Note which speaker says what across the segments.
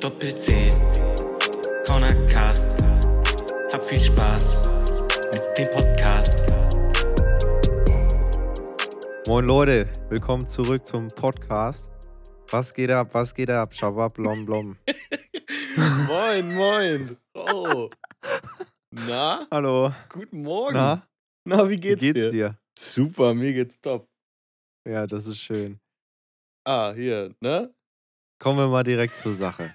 Speaker 1: Doppel C, Cornercast. Hab viel Spaß mit dem Podcast.
Speaker 2: Moin Leute, willkommen zurück zum Podcast. Was geht ab, was geht ab? Shabab, blom, blom.
Speaker 3: Moin, moin. Oh. Na,
Speaker 2: Hallo.
Speaker 3: guten Morgen.
Speaker 2: Na,
Speaker 3: Na, wie geht's, dir? Super, mir geht's top.
Speaker 2: Ja, das ist schön.
Speaker 3: Ah, hier, ne?
Speaker 2: Kommen wir mal direkt zur Sache.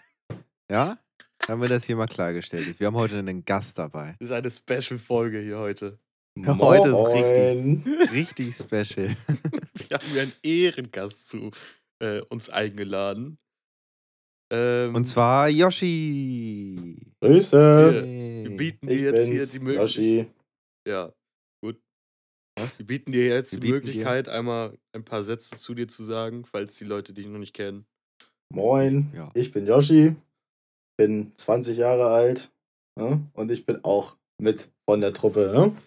Speaker 2: Ja? Damit das hier mal klargestellt ist. Wir haben heute einen Gast dabei.
Speaker 3: Das ist eine Special-Folge hier heute.
Speaker 2: Ja, heute ist Richtig special.
Speaker 3: Wir haben hier einen Ehrengast zu äh, uns eingeladen. Ähm,
Speaker 2: Und zwar Yoshi.
Speaker 3: Äh,
Speaker 4: Grüße.
Speaker 3: wir
Speaker 2: Hey.
Speaker 3: bieten dir jetzt hier die Möglichkeit.
Speaker 4: Yoshi.
Speaker 3: Ja, gut.
Speaker 2: Was?
Speaker 3: Wir bieten dir jetzt
Speaker 2: Wir
Speaker 3: die
Speaker 2: bieten dir-
Speaker 3: Möglichkeit, einmal ein paar Sätze zu dir zu sagen, falls die Leute dich noch nicht kennen.
Speaker 4: Moin.
Speaker 2: Ja.
Speaker 4: Ich bin Yoshi, bin 20 Jahre alt ne? und ich bin auch mit von der Truppe. Ne?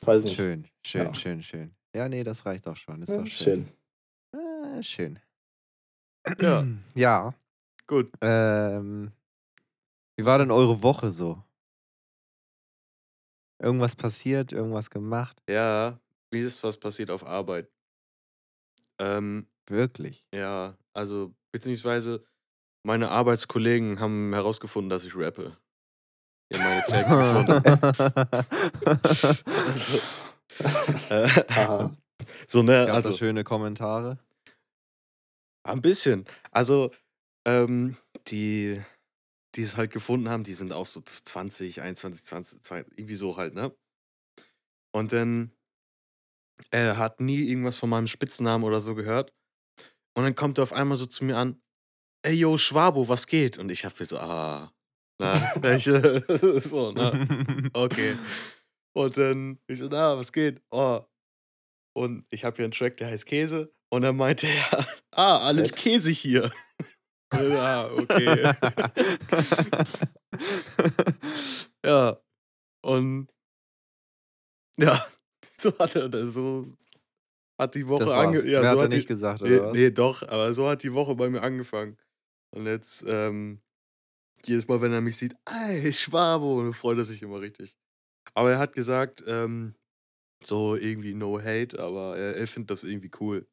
Speaker 4: Ich weiß nicht.
Speaker 2: Schön, schön,
Speaker 4: Ja.
Speaker 2: schön, schön. Ja, nee, das reicht auch schon. Ist
Speaker 4: Ja,
Speaker 2: doch schön.
Speaker 4: schön.
Speaker 2: Schön. Äh, schön.
Speaker 3: Ja,
Speaker 2: Ja.
Speaker 3: gut.
Speaker 2: Ähm, wie war denn eure Woche so? Irgendwas passiert, irgendwas gemacht?
Speaker 3: Ja, mir ist was passiert auf Arbeit. Ähm,
Speaker 2: Wirklich?
Speaker 3: Ja, also beziehungsweise meine Arbeitskollegen haben herausgefunden, dass ich rappe. Die haben meine Tracks gefunden. Also, äh,
Speaker 4: Haha.
Speaker 3: so, ne,
Speaker 2: Gab also,
Speaker 3: also
Speaker 2: da schöne Kommentare?
Speaker 3: Ah, ein bisschen. Also, ähm, die, die es halt gefunden haben, die sind auch so 20, 21, 20, 22, irgendwie so halt, ne? Und dann äh, hat nie irgendwas von meinem Spitznamen oder so gehört. Und dann kommt er auf einmal so zu mir an, ey yo, Schwabo, was geht? Und ich hab mir so, ah, na, welche, so, ne? Okay. Und dann, ich so, na, was geht? Oh. Und ich habe hier einen Track, der heißt Käse. Und dann meinte er, ah, alles
Speaker 4: Fett.
Speaker 3: Käse hier. ja, okay. ja. Und ja, so hat er das, so hat die
Speaker 2: das
Speaker 3: Woche
Speaker 2: war's.
Speaker 3: ange... Ja,
Speaker 2: Mehr hat
Speaker 3: so
Speaker 2: er
Speaker 3: hat die,
Speaker 2: nicht gesagt, oder
Speaker 3: Nee,
Speaker 2: was?
Speaker 3: nee, doch, aber so hat die Woche bei mir angefangen. Und jetzt, ähm, jedes Mal, wenn er mich sieht, ey, Schwabo, dann freut er sich immer richtig. Aber er hat gesagt, ähm, so irgendwie no hate, aber er, er findet das irgendwie cool.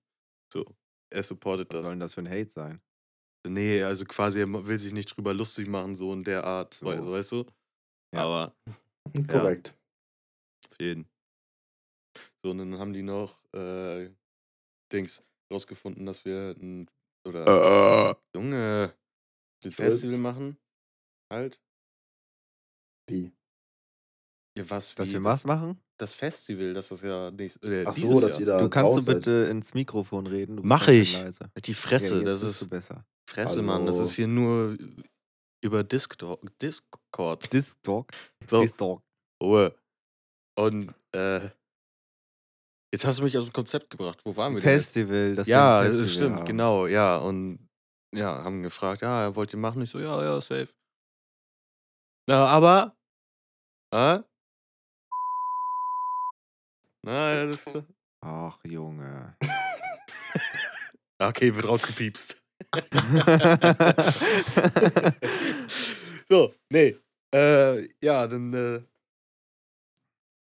Speaker 3: So, er supportet
Speaker 2: Was soll
Speaker 3: das.
Speaker 2: denn das für ein Hate sein?
Speaker 3: Nee, also quasi, er ma- will sich nicht drüber lustig machen, so in der Art,
Speaker 2: So.
Speaker 3: we weißt du?
Speaker 2: Oh. Ja.
Speaker 3: Aber
Speaker 4: Korrekt.
Speaker 3: auf jeden. So, und dann haben die noch, äh, Dings, rausgefunden, dass wir ein,
Speaker 4: Äh,
Speaker 3: oder... Junge, ein
Speaker 4: Stolz.
Speaker 3: Festival machen? Halt.
Speaker 4: Wie?
Speaker 3: Ja, was?
Speaker 2: Dass
Speaker 3: wie?
Speaker 2: wir was machen?
Speaker 3: Das, das Festival, das ist ja nächst, äh,
Speaker 4: Ach so,
Speaker 3: dieses
Speaker 4: dass ihr
Speaker 3: Jahr.
Speaker 4: da
Speaker 2: Du kannst
Speaker 4: draus
Speaker 2: du
Speaker 4: seid.
Speaker 2: bitte ins Mikrofon reden. Du bist
Speaker 3: Mach
Speaker 2: ganz schön
Speaker 3: ich.
Speaker 2: Leise.
Speaker 3: Äh, Die Fresse,
Speaker 2: ja, jetzt
Speaker 3: das
Speaker 2: bist du
Speaker 3: ist
Speaker 2: besser.
Speaker 3: Fresse, Mann. Das
Speaker 4: Hallo.
Speaker 3: ist hier nur über Discord. Discord.
Speaker 2: Disc Talk.
Speaker 3: So,
Speaker 2: Disc Talk.
Speaker 3: Ruhe. Und, äh, jetzt hast du mich aus dem Konzept gebracht. Wo waren wir denn? jetzt?
Speaker 2: Festival. Dass
Speaker 3: Ja,
Speaker 2: wir ein
Speaker 3: es
Speaker 2: Festival
Speaker 3: stimmt,
Speaker 2: haben.
Speaker 3: genau, ja. Und ja, haben gefragt, ja, wollt ihr machen? Ich so, ja, ja, safe. Na, aber. äh? Hä? Na, ja, das.
Speaker 2: Ach, Junge.
Speaker 3: Ah, Okay, wird rausgepiepst. so, nee. Äh, ja, dann. Äh,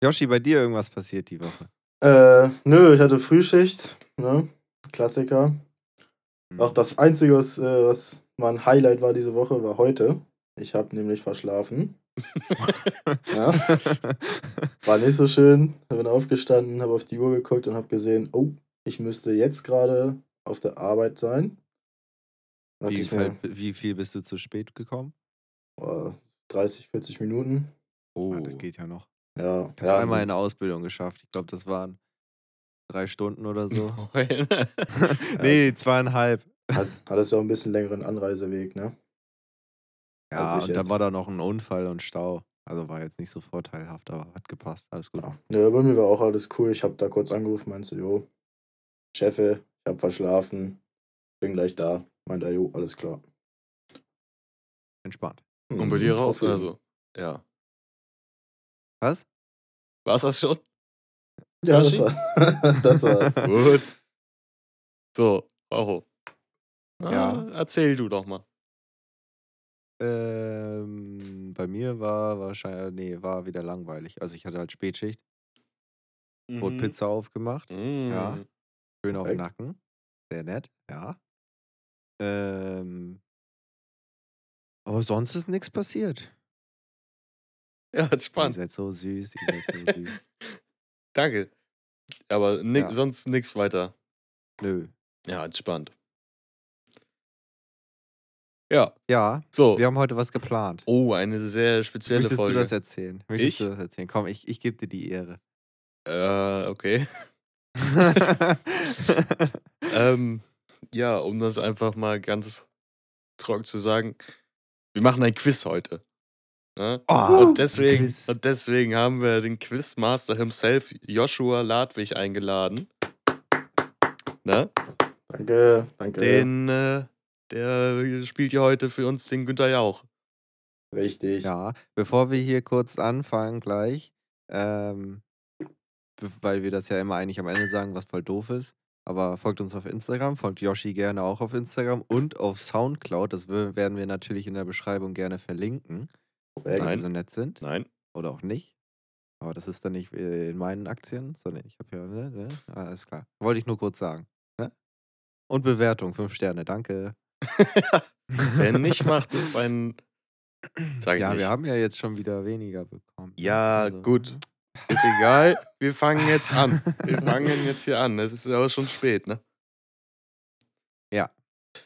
Speaker 2: Yoshi, bei dir irgendwas passiert die Woche?
Speaker 4: Äh, nö, ich hatte Frühschicht. Ne? Klassiker.
Speaker 2: Hm.
Speaker 4: Auch das Einzige, was, äh, was mein Highlight war diese Woche, war heute. Ich habe nämlich verschlafen. ja. War nicht so schön. Ich bin aufgestanden, habe auf die Uhr geguckt und habe gesehen, oh, ich müsste jetzt gerade auf der Arbeit sein. Dachte
Speaker 2: wie,
Speaker 4: ich
Speaker 2: viel,
Speaker 4: mir,
Speaker 2: wie viel bist du zu spät gekommen?
Speaker 4: boah, 30, 40 Minuten.
Speaker 2: Oh,
Speaker 3: Oh.
Speaker 2: das geht ja noch.
Speaker 4: Ja,
Speaker 2: Ich habe
Speaker 4: ja also
Speaker 2: einmal in der Ausbildung geschafft. Ich glaube, das waren drei Stunden oder so.
Speaker 3: moin.
Speaker 2: nee, zweieinhalb.
Speaker 4: hat, hat das ja auch ein bisschen längeren Anreiseweg, ne?
Speaker 2: Ja,
Speaker 4: Als ich
Speaker 2: und dann
Speaker 4: jetzt.
Speaker 2: war da noch ein Unfall und Stau. Also war jetzt nicht so vorteilhaft, aber hat gepasst. Alles gut.
Speaker 4: Ja. Nö, bei mir war auch alles cool. Ich habe da kurz angerufen, meinte, jo, Chefe, ich habe verschlafen, bin gleich da. Meinte, er, jo, alles klar.
Speaker 2: Entspannt.
Speaker 3: Und bei dir
Speaker 4: Mhm,
Speaker 3: raus Also,
Speaker 4: auf jeden-
Speaker 3: oder so? Ja.
Speaker 2: Was?
Speaker 3: War's das schon?
Speaker 4: Ja, das
Speaker 3: Yoshi?
Speaker 4: war's. das war's.
Speaker 3: Gut. So, Euro.
Speaker 2: Ja.
Speaker 3: Ah, erzähl du doch mal.
Speaker 2: Ähm, bei mir war wahrscheinlich, nee, war wieder langweilig. Also ich hatte halt Spätschicht, wurde Pizza aufgemacht,
Speaker 3: Mhm.
Speaker 2: Ja. schön auf den
Speaker 4: Perfekt.
Speaker 2: Nacken. Sehr nett, ja. Ähm, aber sonst ist nichts passiert.
Speaker 3: Ja,
Speaker 2: Ihr
Speaker 3: spannend.
Speaker 2: seid so süß, ihr seid so süß.
Speaker 3: Danke. Aber ni
Speaker 2: Ja.
Speaker 3: sonst nichts weiter.
Speaker 2: Nö.
Speaker 3: Ja, entspannt. Ja,
Speaker 2: Ja,
Speaker 3: so.
Speaker 2: wir haben heute was geplant.
Speaker 3: Oh, eine sehr spezielle
Speaker 2: Möchtest
Speaker 3: Folge.
Speaker 2: du das erzählen? Möchtest
Speaker 3: Ich?
Speaker 2: du das erzählen? Komm, ich, ich gebe dir die Ehre.
Speaker 3: äh, okay. ähm, ja, um das einfach mal ganz trocken zu sagen, wir machen ein Quiz heute. Ne?
Speaker 2: Oh,
Speaker 3: und, deswegen,
Speaker 2: Quiz.
Speaker 3: und deswegen haben wir den Quizmaster himself, Joshua Ladwig, eingeladen. Ne?
Speaker 4: Danke, danke.
Speaker 3: Den, äh, der spielt ja heute für uns den Günther Jauch.
Speaker 4: Richtig.
Speaker 2: Ja, bevor wir hier kurz anfangen gleich, ähm, be- weil wir das ja immer eigentlich am Ende sagen, was voll doof ist, aber folgt uns auf Instagram, folgt Yoshi gerne auch auf Instagram und auf Soundcloud, das wür- werden wir natürlich in der Beschreibung gerne verlinken,
Speaker 4: Korrekt.
Speaker 2: wenn wir
Speaker 3: Nein.
Speaker 2: so nett sind
Speaker 3: Nein.
Speaker 2: oder auch nicht. Aber das ist dann nicht äh, in meinen Aktien, sondern ich habe ja, ne, ne? Alles klar. Wollte ich nur kurz sagen. Ne? Und Bewertung, fünf Sterne, danke.
Speaker 3: Wer nicht macht, ist ein. Sag ich
Speaker 2: ja,
Speaker 3: nicht.
Speaker 2: wir haben ja jetzt schon wieder weniger bekommen. ne?
Speaker 3: Ja,
Speaker 2: Also,
Speaker 3: gut. Ist egal. Wir fangen jetzt an. Wir fangen jetzt hier an. Es ist aber schon spät, ne?
Speaker 2: Ja.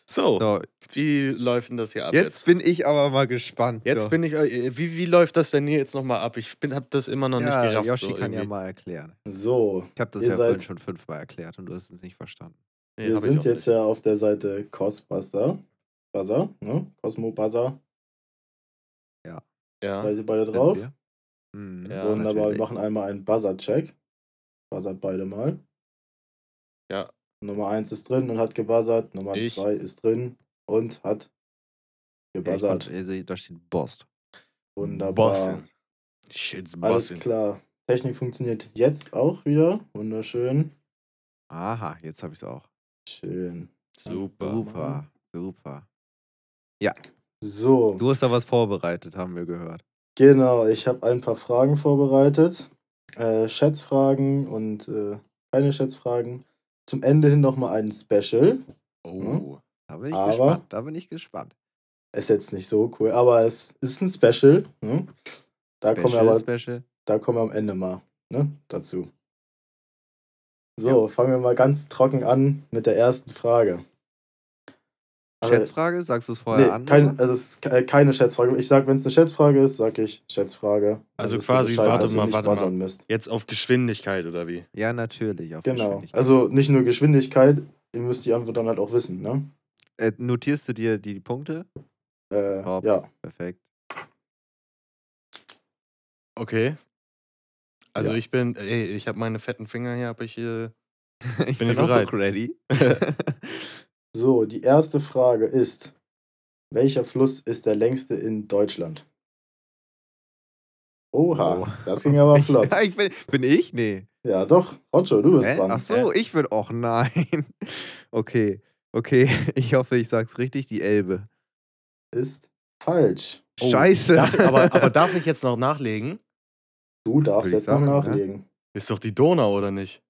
Speaker 3: So,
Speaker 2: So,
Speaker 3: wie läuft denn das hier ab
Speaker 2: Jetzt,
Speaker 3: jetzt?
Speaker 2: bin ich aber mal gespannt.
Speaker 3: Jetzt
Speaker 2: so.
Speaker 3: bin ich. äh, Wie, wie läuft das denn hier jetzt nochmal ab? Ich bin, hab das immer noch
Speaker 2: ja,
Speaker 3: nicht gerafft.
Speaker 2: Yoshi
Speaker 3: so
Speaker 2: kann ja
Speaker 3: irgendwie.
Speaker 2: mal erklären.
Speaker 4: So,
Speaker 2: Ich habe das
Speaker 4: Ihr
Speaker 2: ja vorhin
Speaker 4: seid-
Speaker 2: schon fünfmal erklärt und du hast es nicht verstanden.
Speaker 3: Nee,
Speaker 4: wir
Speaker 3: hab ich
Speaker 4: sind
Speaker 3: auch
Speaker 4: jetzt
Speaker 3: nicht.
Speaker 4: ja auf der Seite Cosbuzzer. Buzzer, ne? Cosmo Buzzer.
Speaker 3: Ja.
Speaker 4: Seid ihr beide
Speaker 2: Sind
Speaker 4: drauf?
Speaker 2: wir? Mhm,
Speaker 3: Ah. Ja,
Speaker 4: Wunderbar, wir
Speaker 2: natürlich.
Speaker 4: machen einmal einen Buzzer-Check. Buzzert beide mal.
Speaker 3: Ja.
Speaker 4: Nummer 1 ist drin und hat gebuzzert. Nummer
Speaker 3: Ich.
Speaker 4: 2 ist drin und hat
Speaker 2: Ja, ich
Speaker 4: gebuzzert.
Speaker 2: konnte, also, da steht Boss.
Speaker 4: Wunderbar.
Speaker 3: Bossin. Shit's
Speaker 4: Alles
Speaker 3: Bossin.
Speaker 4: klar. Technik funktioniert jetzt auch wieder. Wunderschön.
Speaker 2: Aha, jetzt habe ich es auch.
Speaker 4: Schön.
Speaker 3: Super.
Speaker 2: Super, super.
Speaker 4: So,
Speaker 2: Du hast da was vorbereitet, haben wir gehört.
Speaker 4: genau. Ich habe ein paar Fragen vorbereitet. Äh, Schätzfragen und äh, keine Schätzfragen. Zum Ende hin nochmal ein Special.
Speaker 3: Oh.
Speaker 2: Da bin ich
Speaker 4: Aber-
Speaker 2: gespannt. Da bin ich gespannt.
Speaker 4: Ist jetzt nicht so cool, aber es ist ein Special. Ne? Da, kommen wir
Speaker 2: Special,
Speaker 4: aber,
Speaker 2: Special.
Speaker 4: da kommen wir am Ende mal ne? dazu. So, fangen wir mal ganz trocken an mit der ersten Frage. Also,
Speaker 2: Schätzfrage, sagst du es vorher
Speaker 4: nee,
Speaker 2: an?
Speaker 4: Kein,
Speaker 2: oder?
Speaker 4: also es ist ke- äh, keine Schätzfrage. Ich sag, wenn es eine Schätzfrage ist, sag ich Schätzfrage. Dann
Speaker 3: Also
Speaker 4: wisst ihr
Speaker 3: quasi,
Speaker 4: Bescheid,
Speaker 3: warte
Speaker 4: dass ihr
Speaker 3: mal,
Speaker 4: nicht
Speaker 3: warte mal.
Speaker 4: buzzern Müsst.
Speaker 3: Jetzt auf Geschwindigkeit oder wie?
Speaker 2: ja, natürlich. Auf
Speaker 4: Genau.
Speaker 2: Geschwindigkeit.
Speaker 4: Also nicht nur Geschwindigkeit, ihr müsst die Antwort dann halt auch wissen, ne?
Speaker 2: äh, notierst du dir die Punkte?
Speaker 4: Äh,
Speaker 2: Top.
Speaker 4: ja.
Speaker 2: Perfekt.
Speaker 3: Okay. Also
Speaker 4: Ja.
Speaker 3: ich bin, ey, ich habe meine fetten Finger hier, habe ich hier.
Speaker 2: Ich
Speaker 3: Bin ich
Speaker 2: auch
Speaker 3: bereit.
Speaker 2: ready.
Speaker 4: So, die erste Frage ist: Welcher Fluss ist der längste in Deutschland? Oha,
Speaker 2: Oh.
Speaker 4: das ging aber flott.
Speaker 2: Ja, ich bin, bin ich? Nee.
Speaker 4: Ja, doch. Roger, du bist
Speaker 2: Hä?
Speaker 4: dran.
Speaker 2: Ach so, ich bin. Och nein. Okay, okay. Ich hoffe, ich sag's richtig. Die Elbe.
Speaker 4: Ist falsch.
Speaker 3: Oh,
Speaker 2: Scheiße.
Speaker 3: Darf, aber, aber darf ich jetzt noch nachlegen?
Speaker 4: Du darfst
Speaker 2: Würde ich
Speaker 4: jetzt noch
Speaker 2: sagen, ne?
Speaker 4: nachlegen.
Speaker 3: Ist doch die Donau, oder nicht?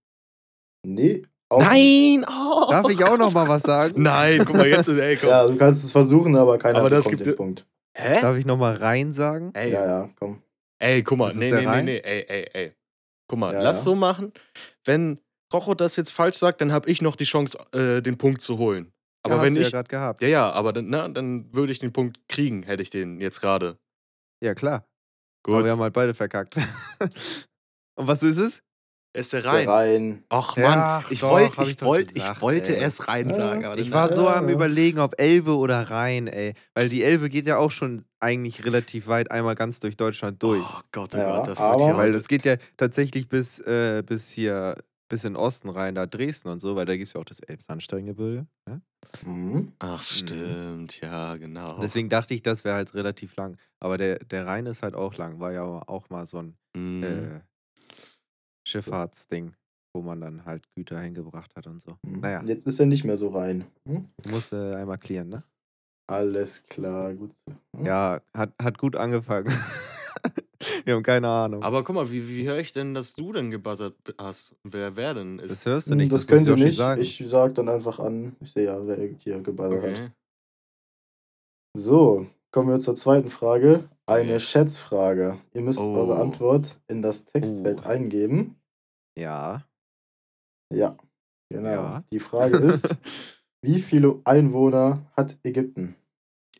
Speaker 4: Nee, auch nicht.
Speaker 3: Nein! Oh.
Speaker 2: Darf ich auch noch mal was sagen?
Speaker 3: Nein, guck mal, jetzt ist, ey, komm.
Speaker 4: Ja, du kannst es versuchen, aber keiner
Speaker 3: Aber das
Speaker 4: bekommt
Speaker 3: gibt-
Speaker 4: den Punkt.
Speaker 3: Hä?
Speaker 2: Darf ich noch mal rein sagen?
Speaker 3: Ey,
Speaker 4: Ja, ja, komm.
Speaker 3: ey, guck mal,
Speaker 2: Ist es
Speaker 3: nee,
Speaker 2: der
Speaker 3: nee, nee,
Speaker 2: Rhein?
Speaker 3: nee, ey, ey, ey. Guck mal,
Speaker 4: Ja,
Speaker 3: lass
Speaker 4: ja.
Speaker 3: so machen. Wenn Rocho das jetzt falsch sagt, dann habe ich noch die Chance, äh, den Punkt zu holen. Aber
Speaker 2: ja,
Speaker 3: wenn
Speaker 2: hast du
Speaker 3: ich.
Speaker 2: ja gerade gehabt.
Speaker 3: Ja, ja, aber dann, na, dann würde ich den Punkt kriegen, hätte ich den jetzt gerade.
Speaker 2: Ja klar.
Speaker 3: Gut.
Speaker 2: Aber wir haben halt beide verkackt. Und was ist es?
Speaker 3: ist der
Speaker 4: Ist der
Speaker 3: Rhein.
Speaker 4: Rein.
Speaker 3: Ach
Speaker 2: Ja,
Speaker 3: Mann, ich,
Speaker 2: doch,
Speaker 3: wollt,
Speaker 2: hab
Speaker 3: ich,
Speaker 2: ich doch
Speaker 3: wollt, ich
Speaker 2: gesagt,
Speaker 3: wollte
Speaker 2: ey.
Speaker 3: erst rein
Speaker 4: Ja,
Speaker 3: sagen. Aber
Speaker 2: Ich
Speaker 3: dann-
Speaker 2: war so am
Speaker 4: ja.
Speaker 2: überlegen, ob Elbe oder Rhein, ey. Weil die Elbe geht ja auch schon eigentlich relativ weit einmal ganz durch Deutschland durch.
Speaker 3: Oh Gott, oh
Speaker 4: Ja,
Speaker 3: Gott, das wird
Speaker 4: aber-
Speaker 3: hier
Speaker 2: Weil
Speaker 3: heute.
Speaker 2: das geht ja tatsächlich bis, äh, bis hier, bis in den Osten rein, da Dresden und so, weil da gibt es ja auch das Elbsandsteingebirge. Ne?
Speaker 4: Mhm.
Speaker 3: Ach stimmt, ja,
Speaker 4: Oh.
Speaker 3: genau.
Speaker 2: Deswegen dachte ich, das wäre halt relativ lang. Aber der, der Rhein ist halt auch lang, war ja auch mal so ein
Speaker 3: Mhm.
Speaker 2: äh, Schifffahrtsding, wo man dann halt Güter hingebracht hat und so.
Speaker 4: Mhm.
Speaker 2: Naja,
Speaker 4: Jetzt ist er nicht mehr so rein. Hm?
Speaker 2: musste einmal klären, ne?
Speaker 4: Alles klar, gut. Hm?
Speaker 2: Ja, hat, hat gut angefangen. Wir haben keine Ahnung.
Speaker 3: Aber guck mal, wie, wie höre ich denn, dass du denn gebuzzert hast? Wer, wer denn
Speaker 2: das
Speaker 3: ist?
Speaker 2: hörst du
Speaker 4: Hm,
Speaker 2: nicht.
Speaker 4: das
Speaker 2: muss
Speaker 4: könnt ihr
Speaker 2: Yoshi
Speaker 4: nicht.
Speaker 2: Sagen.
Speaker 4: Ich sag dann einfach an. Ich sehe ja, wer hier geballert hat.
Speaker 3: Okay.
Speaker 4: So, kommen wir zur zweiten Frage. Eine
Speaker 3: Okay.
Speaker 4: Schätzfrage. Ihr müsst
Speaker 3: Oh.
Speaker 4: eure Antwort in das Textfeld
Speaker 2: Oh.
Speaker 4: eingeben.
Speaker 2: ja.
Speaker 4: Ja, genau.
Speaker 2: Ja.
Speaker 4: Die Frage ist, wie viele Einwohner hat Ägypten?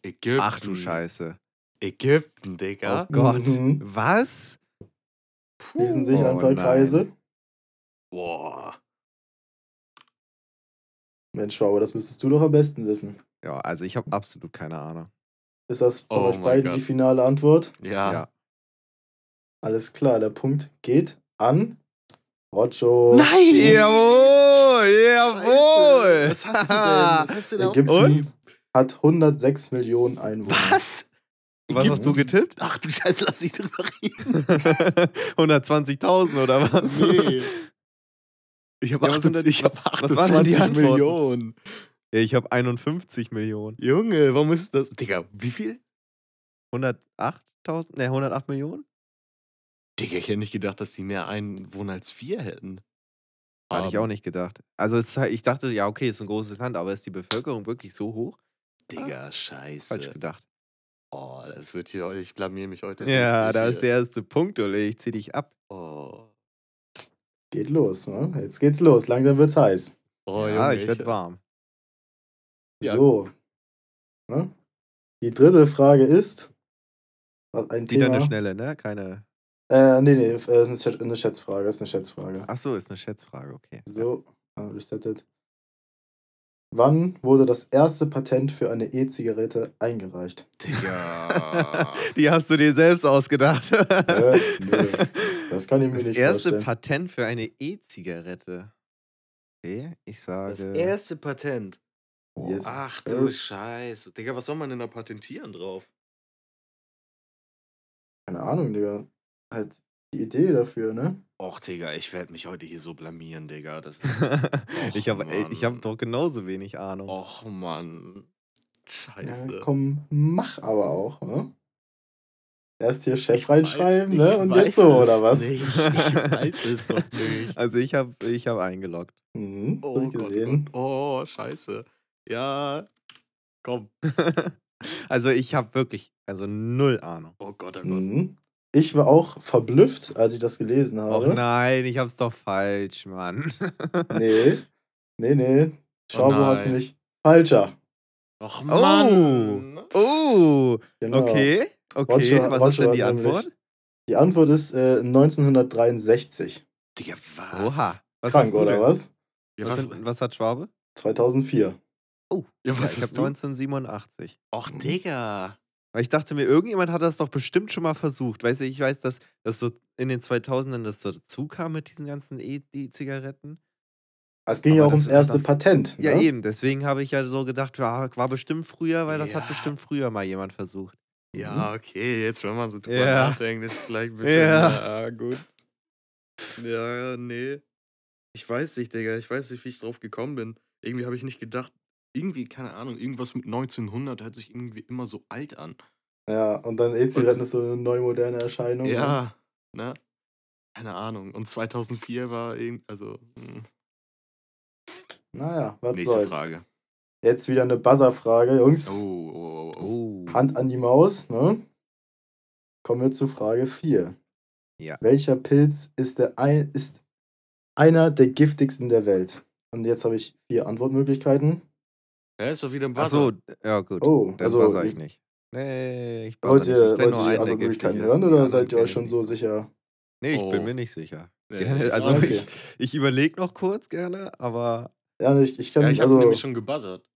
Speaker 3: Ägypten.
Speaker 2: Ach
Speaker 4: hm,
Speaker 2: du Scheiße.
Speaker 3: Ägypten, Digga.
Speaker 2: Oh Gott.
Speaker 4: Mhm.
Speaker 2: Was?
Speaker 4: Schließen sich
Speaker 2: Oh
Speaker 4: ein paar
Speaker 2: nein.
Speaker 4: Kreise.
Speaker 3: Boah.
Speaker 4: Mensch, aber das müsstest du doch am besten wissen.
Speaker 2: Ja, also ich habe absolut keine Ahnung.
Speaker 4: Ist das von
Speaker 3: Oh
Speaker 4: euch
Speaker 3: mein
Speaker 4: beiden
Speaker 3: Gott.
Speaker 4: die finale Antwort?
Speaker 3: Ja.
Speaker 2: Ja.
Speaker 4: Alles klar, der Punkt geht an Rocho.
Speaker 2: Jawohl! Jawohl!
Speaker 3: Was hast du denn? Was hast du denn auf-
Speaker 4: Ägypten hat 106 Millionen Einwohner.
Speaker 3: Was?
Speaker 2: Was hast du getippt?
Speaker 3: Ach du Scheiße, lass dich drüber reden.
Speaker 2: 120.000 oder was?
Speaker 3: Ich habe
Speaker 2: Ja, was sind
Speaker 3: 28,
Speaker 2: denn-
Speaker 3: ich
Speaker 2: was-
Speaker 3: hab
Speaker 2: was waren denn die
Speaker 3: 28
Speaker 2: Antworten?
Speaker 3: Millionen.
Speaker 2: Ja, ich habe 51 Millionen.
Speaker 3: Junge, warum ist das? Digga, wie viel?
Speaker 2: 108.000? Ne, 108 Millionen?
Speaker 3: Digga, ich hätte nicht gedacht, dass die mehr Einwohner als wir hätten. Ähm,
Speaker 2: Hatte ich auch nicht gedacht. Also es ist halt, ich dachte, ja, okay, ist ein großes Land, aber ist die Bevölkerung wirklich so hoch?
Speaker 3: Digga,
Speaker 2: Falsch
Speaker 3: scheiße.
Speaker 2: gedacht.
Speaker 3: Oh, das wird hier, ich blamier mich heute.
Speaker 2: Ja,
Speaker 3: richtig
Speaker 2: da Äh, ist
Speaker 3: hier.
Speaker 2: der erste Punkt, Ole. Ich zieh dich ab.
Speaker 3: Oh,
Speaker 4: Geht los, ne? Jetzt geht's los. Langsam wird's heiß.
Speaker 3: oh
Speaker 2: ja,
Speaker 3: Junge,
Speaker 2: ich werd warm.
Speaker 3: Ja.
Speaker 4: So. Ne? Die dritte Frage ist. was Ein
Speaker 2: Die dann
Speaker 4: Thema.
Speaker 2: eine schnelle, ne? Keine.
Speaker 4: äh, nee, nee, äh, ist eine Schätz- eine Schätzfrage. Ist eine Schätzfrage.
Speaker 2: Ach so, ist eine Schätzfrage, okay.
Speaker 4: So, äh, resettet. Wann wurde das erste Patent für eine E-Zigarette eingereicht?
Speaker 3: Digga.
Speaker 2: Die hast du dir selbst ausgedacht.
Speaker 4: Äh, nö. Das kann ich mir
Speaker 2: Das
Speaker 4: nicht
Speaker 2: erste
Speaker 4: vorstellen.
Speaker 2: Patent für eine E-Zigarette. Okay, ich sage.
Speaker 3: Das erste Patent.
Speaker 2: Boah.
Speaker 4: Yes. Äh,
Speaker 3: Ach
Speaker 4: du
Speaker 2: Äh.
Speaker 3: du Scheiße. Digga, was soll man denn da patentieren drauf?
Speaker 4: Keine Ahnung, Digga. Halt die Idee dafür, ne?
Speaker 3: Och, Digga, ich werde mich heute hier so blamieren, Digga. Das
Speaker 2: ich habe äh, ich
Speaker 3: Mann.
Speaker 2: hab doch genauso wenig Ahnung.
Speaker 3: Och, Mann.
Speaker 4: Ja,
Speaker 3: Scheiße.
Speaker 4: komm, mach aber auch, ne? Erst hier Chef
Speaker 3: Ich
Speaker 4: reinschreiben,
Speaker 3: weiß-
Speaker 4: ne?
Speaker 3: ich
Speaker 4: Und jetzt
Speaker 3: weiß
Speaker 4: so,
Speaker 3: es
Speaker 4: oder was?
Speaker 3: Nicht. Ich weiß es doch nicht.
Speaker 2: Also ich habe ich hab eingeloggt.
Speaker 4: Mhm, hab
Speaker 3: Oh,
Speaker 4: ich
Speaker 3: Gott,
Speaker 4: gesehen.
Speaker 3: Gott. oh, scheiße. Ja, komm.
Speaker 2: also ich habe wirklich, also null Ahnung.
Speaker 3: Oh Gott, oh Gott.
Speaker 4: Mhm. Ich war auch verblüfft, als ich das gelesen
Speaker 3: Oh
Speaker 2: Och
Speaker 4: habe.
Speaker 2: nein, ich hab's doch falsch, Mann.
Speaker 4: Genau. nee, nee, nee. Schau, wo hat's
Speaker 3: Oh nein.
Speaker 4: nicht. Falscher.
Speaker 3: Och,
Speaker 2: Oh.
Speaker 3: Mann.
Speaker 2: oh,
Speaker 4: Genau.
Speaker 2: okay. Okay,
Speaker 4: Roger-
Speaker 2: was ist
Speaker 4: Roger
Speaker 2: denn die
Speaker 4: hat nämlich-
Speaker 2: Antwort?
Speaker 4: Die Antwort ist äh, 1963.
Speaker 3: Digga, was?
Speaker 2: Oha. Was hast
Speaker 4: Krank,
Speaker 2: du
Speaker 4: oder
Speaker 2: denn?
Speaker 4: was?
Speaker 3: Ja,
Speaker 2: was,
Speaker 3: was,
Speaker 2: hat- was hat Schwabe?
Speaker 4: 2004.
Speaker 3: ja,
Speaker 2: ja,
Speaker 3: was
Speaker 2: ich habe
Speaker 3: hast du?
Speaker 2: 1987.
Speaker 3: Och,
Speaker 4: Hm.
Speaker 3: Digga.
Speaker 2: Weil ich dachte mir, irgendjemand hat das doch bestimmt schon mal versucht. Weißt du, ich weiß, dass das so in den 2000ern das so dazu kam mit diesen ganzen E, E-Zigaretten.
Speaker 4: Es ging
Speaker 2: Aber
Speaker 4: ja auch
Speaker 2: das
Speaker 4: ums
Speaker 2: ist
Speaker 4: erste
Speaker 2: anders.
Speaker 4: Patent.
Speaker 2: Ja,
Speaker 4: ne?
Speaker 2: eben. Deswegen habe ich ja so gedacht, war, war bestimmt früher, weil das
Speaker 3: Ja.
Speaker 2: hat bestimmt früher mal jemand versucht.
Speaker 3: Ja, okay, jetzt, wenn man so drüber
Speaker 2: Ja.
Speaker 3: nachdenkt, ist gleich ein bisschen.
Speaker 2: Ja.
Speaker 3: Ja, gut. Ja, nee. Ich weiß nicht, Digga. Ich weiß nicht, wie ich drauf gekommen bin. Irgendwie habe ich nicht gedacht, irgendwie, keine Ahnung, irgendwas mit 1900 hört sich irgendwie immer so alt an.
Speaker 4: Ja, und dann E-Zigaretten ist so eine neu moderne Erscheinung. ne?
Speaker 3: Ja, ne? Keine Ahnung. Und 2004 war eben, also. mh.
Speaker 4: Naja, was
Speaker 3: Nächste
Speaker 4: soll's.
Speaker 3: Frage.
Speaker 4: Jetzt wieder eine Buzzer-Frage, Jungs.
Speaker 3: Oh, oh, oh, oh.
Speaker 2: Oh.
Speaker 4: Hand an die Maus, ne? Kommen wir zu Frage 4.
Speaker 2: Ja.
Speaker 4: Welcher Pilz ist, der ein, ist einer der giftigsten der Welt? Und jetzt habe ich vier Antwortmöglichkeiten.
Speaker 3: Er ist doch wieder ein
Speaker 2: Achso,
Speaker 3: Buzzer.
Speaker 2: ja gut.
Speaker 4: Oh,
Speaker 2: Dann also,
Speaker 4: also
Speaker 2: buzzer ich
Speaker 4: ich,
Speaker 2: nicht. Nee, ich buzzer
Speaker 4: wollt
Speaker 2: nicht. Ich
Speaker 4: ihr,
Speaker 2: kenn
Speaker 4: wollt
Speaker 2: nur
Speaker 4: ihr die
Speaker 2: einen, der giftig
Speaker 4: Antwortmöglichkeiten
Speaker 2: ist.
Speaker 4: hören
Speaker 2: Die
Speaker 4: oder
Speaker 2: anderen
Speaker 4: seid ihr
Speaker 2: kenn
Speaker 4: euch
Speaker 2: ich
Speaker 4: schon
Speaker 2: nicht.
Speaker 4: so sicher?
Speaker 2: Nee, ich bin
Speaker 3: Oh.
Speaker 2: mir nicht sicher.
Speaker 3: Nee,
Speaker 2: Gerne,
Speaker 3: ich
Speaker 2: also
Speaker 3: auch
Speaker 4: okay.
Speaker 2: ich, ich überlege noch kurz gerne, aber.
Speaker 4: Ja, ich, ich kann
Speaker 3: Ja, ich habe
Speaker 4: also,
Speaker 3: nämlich schon gebuzzert.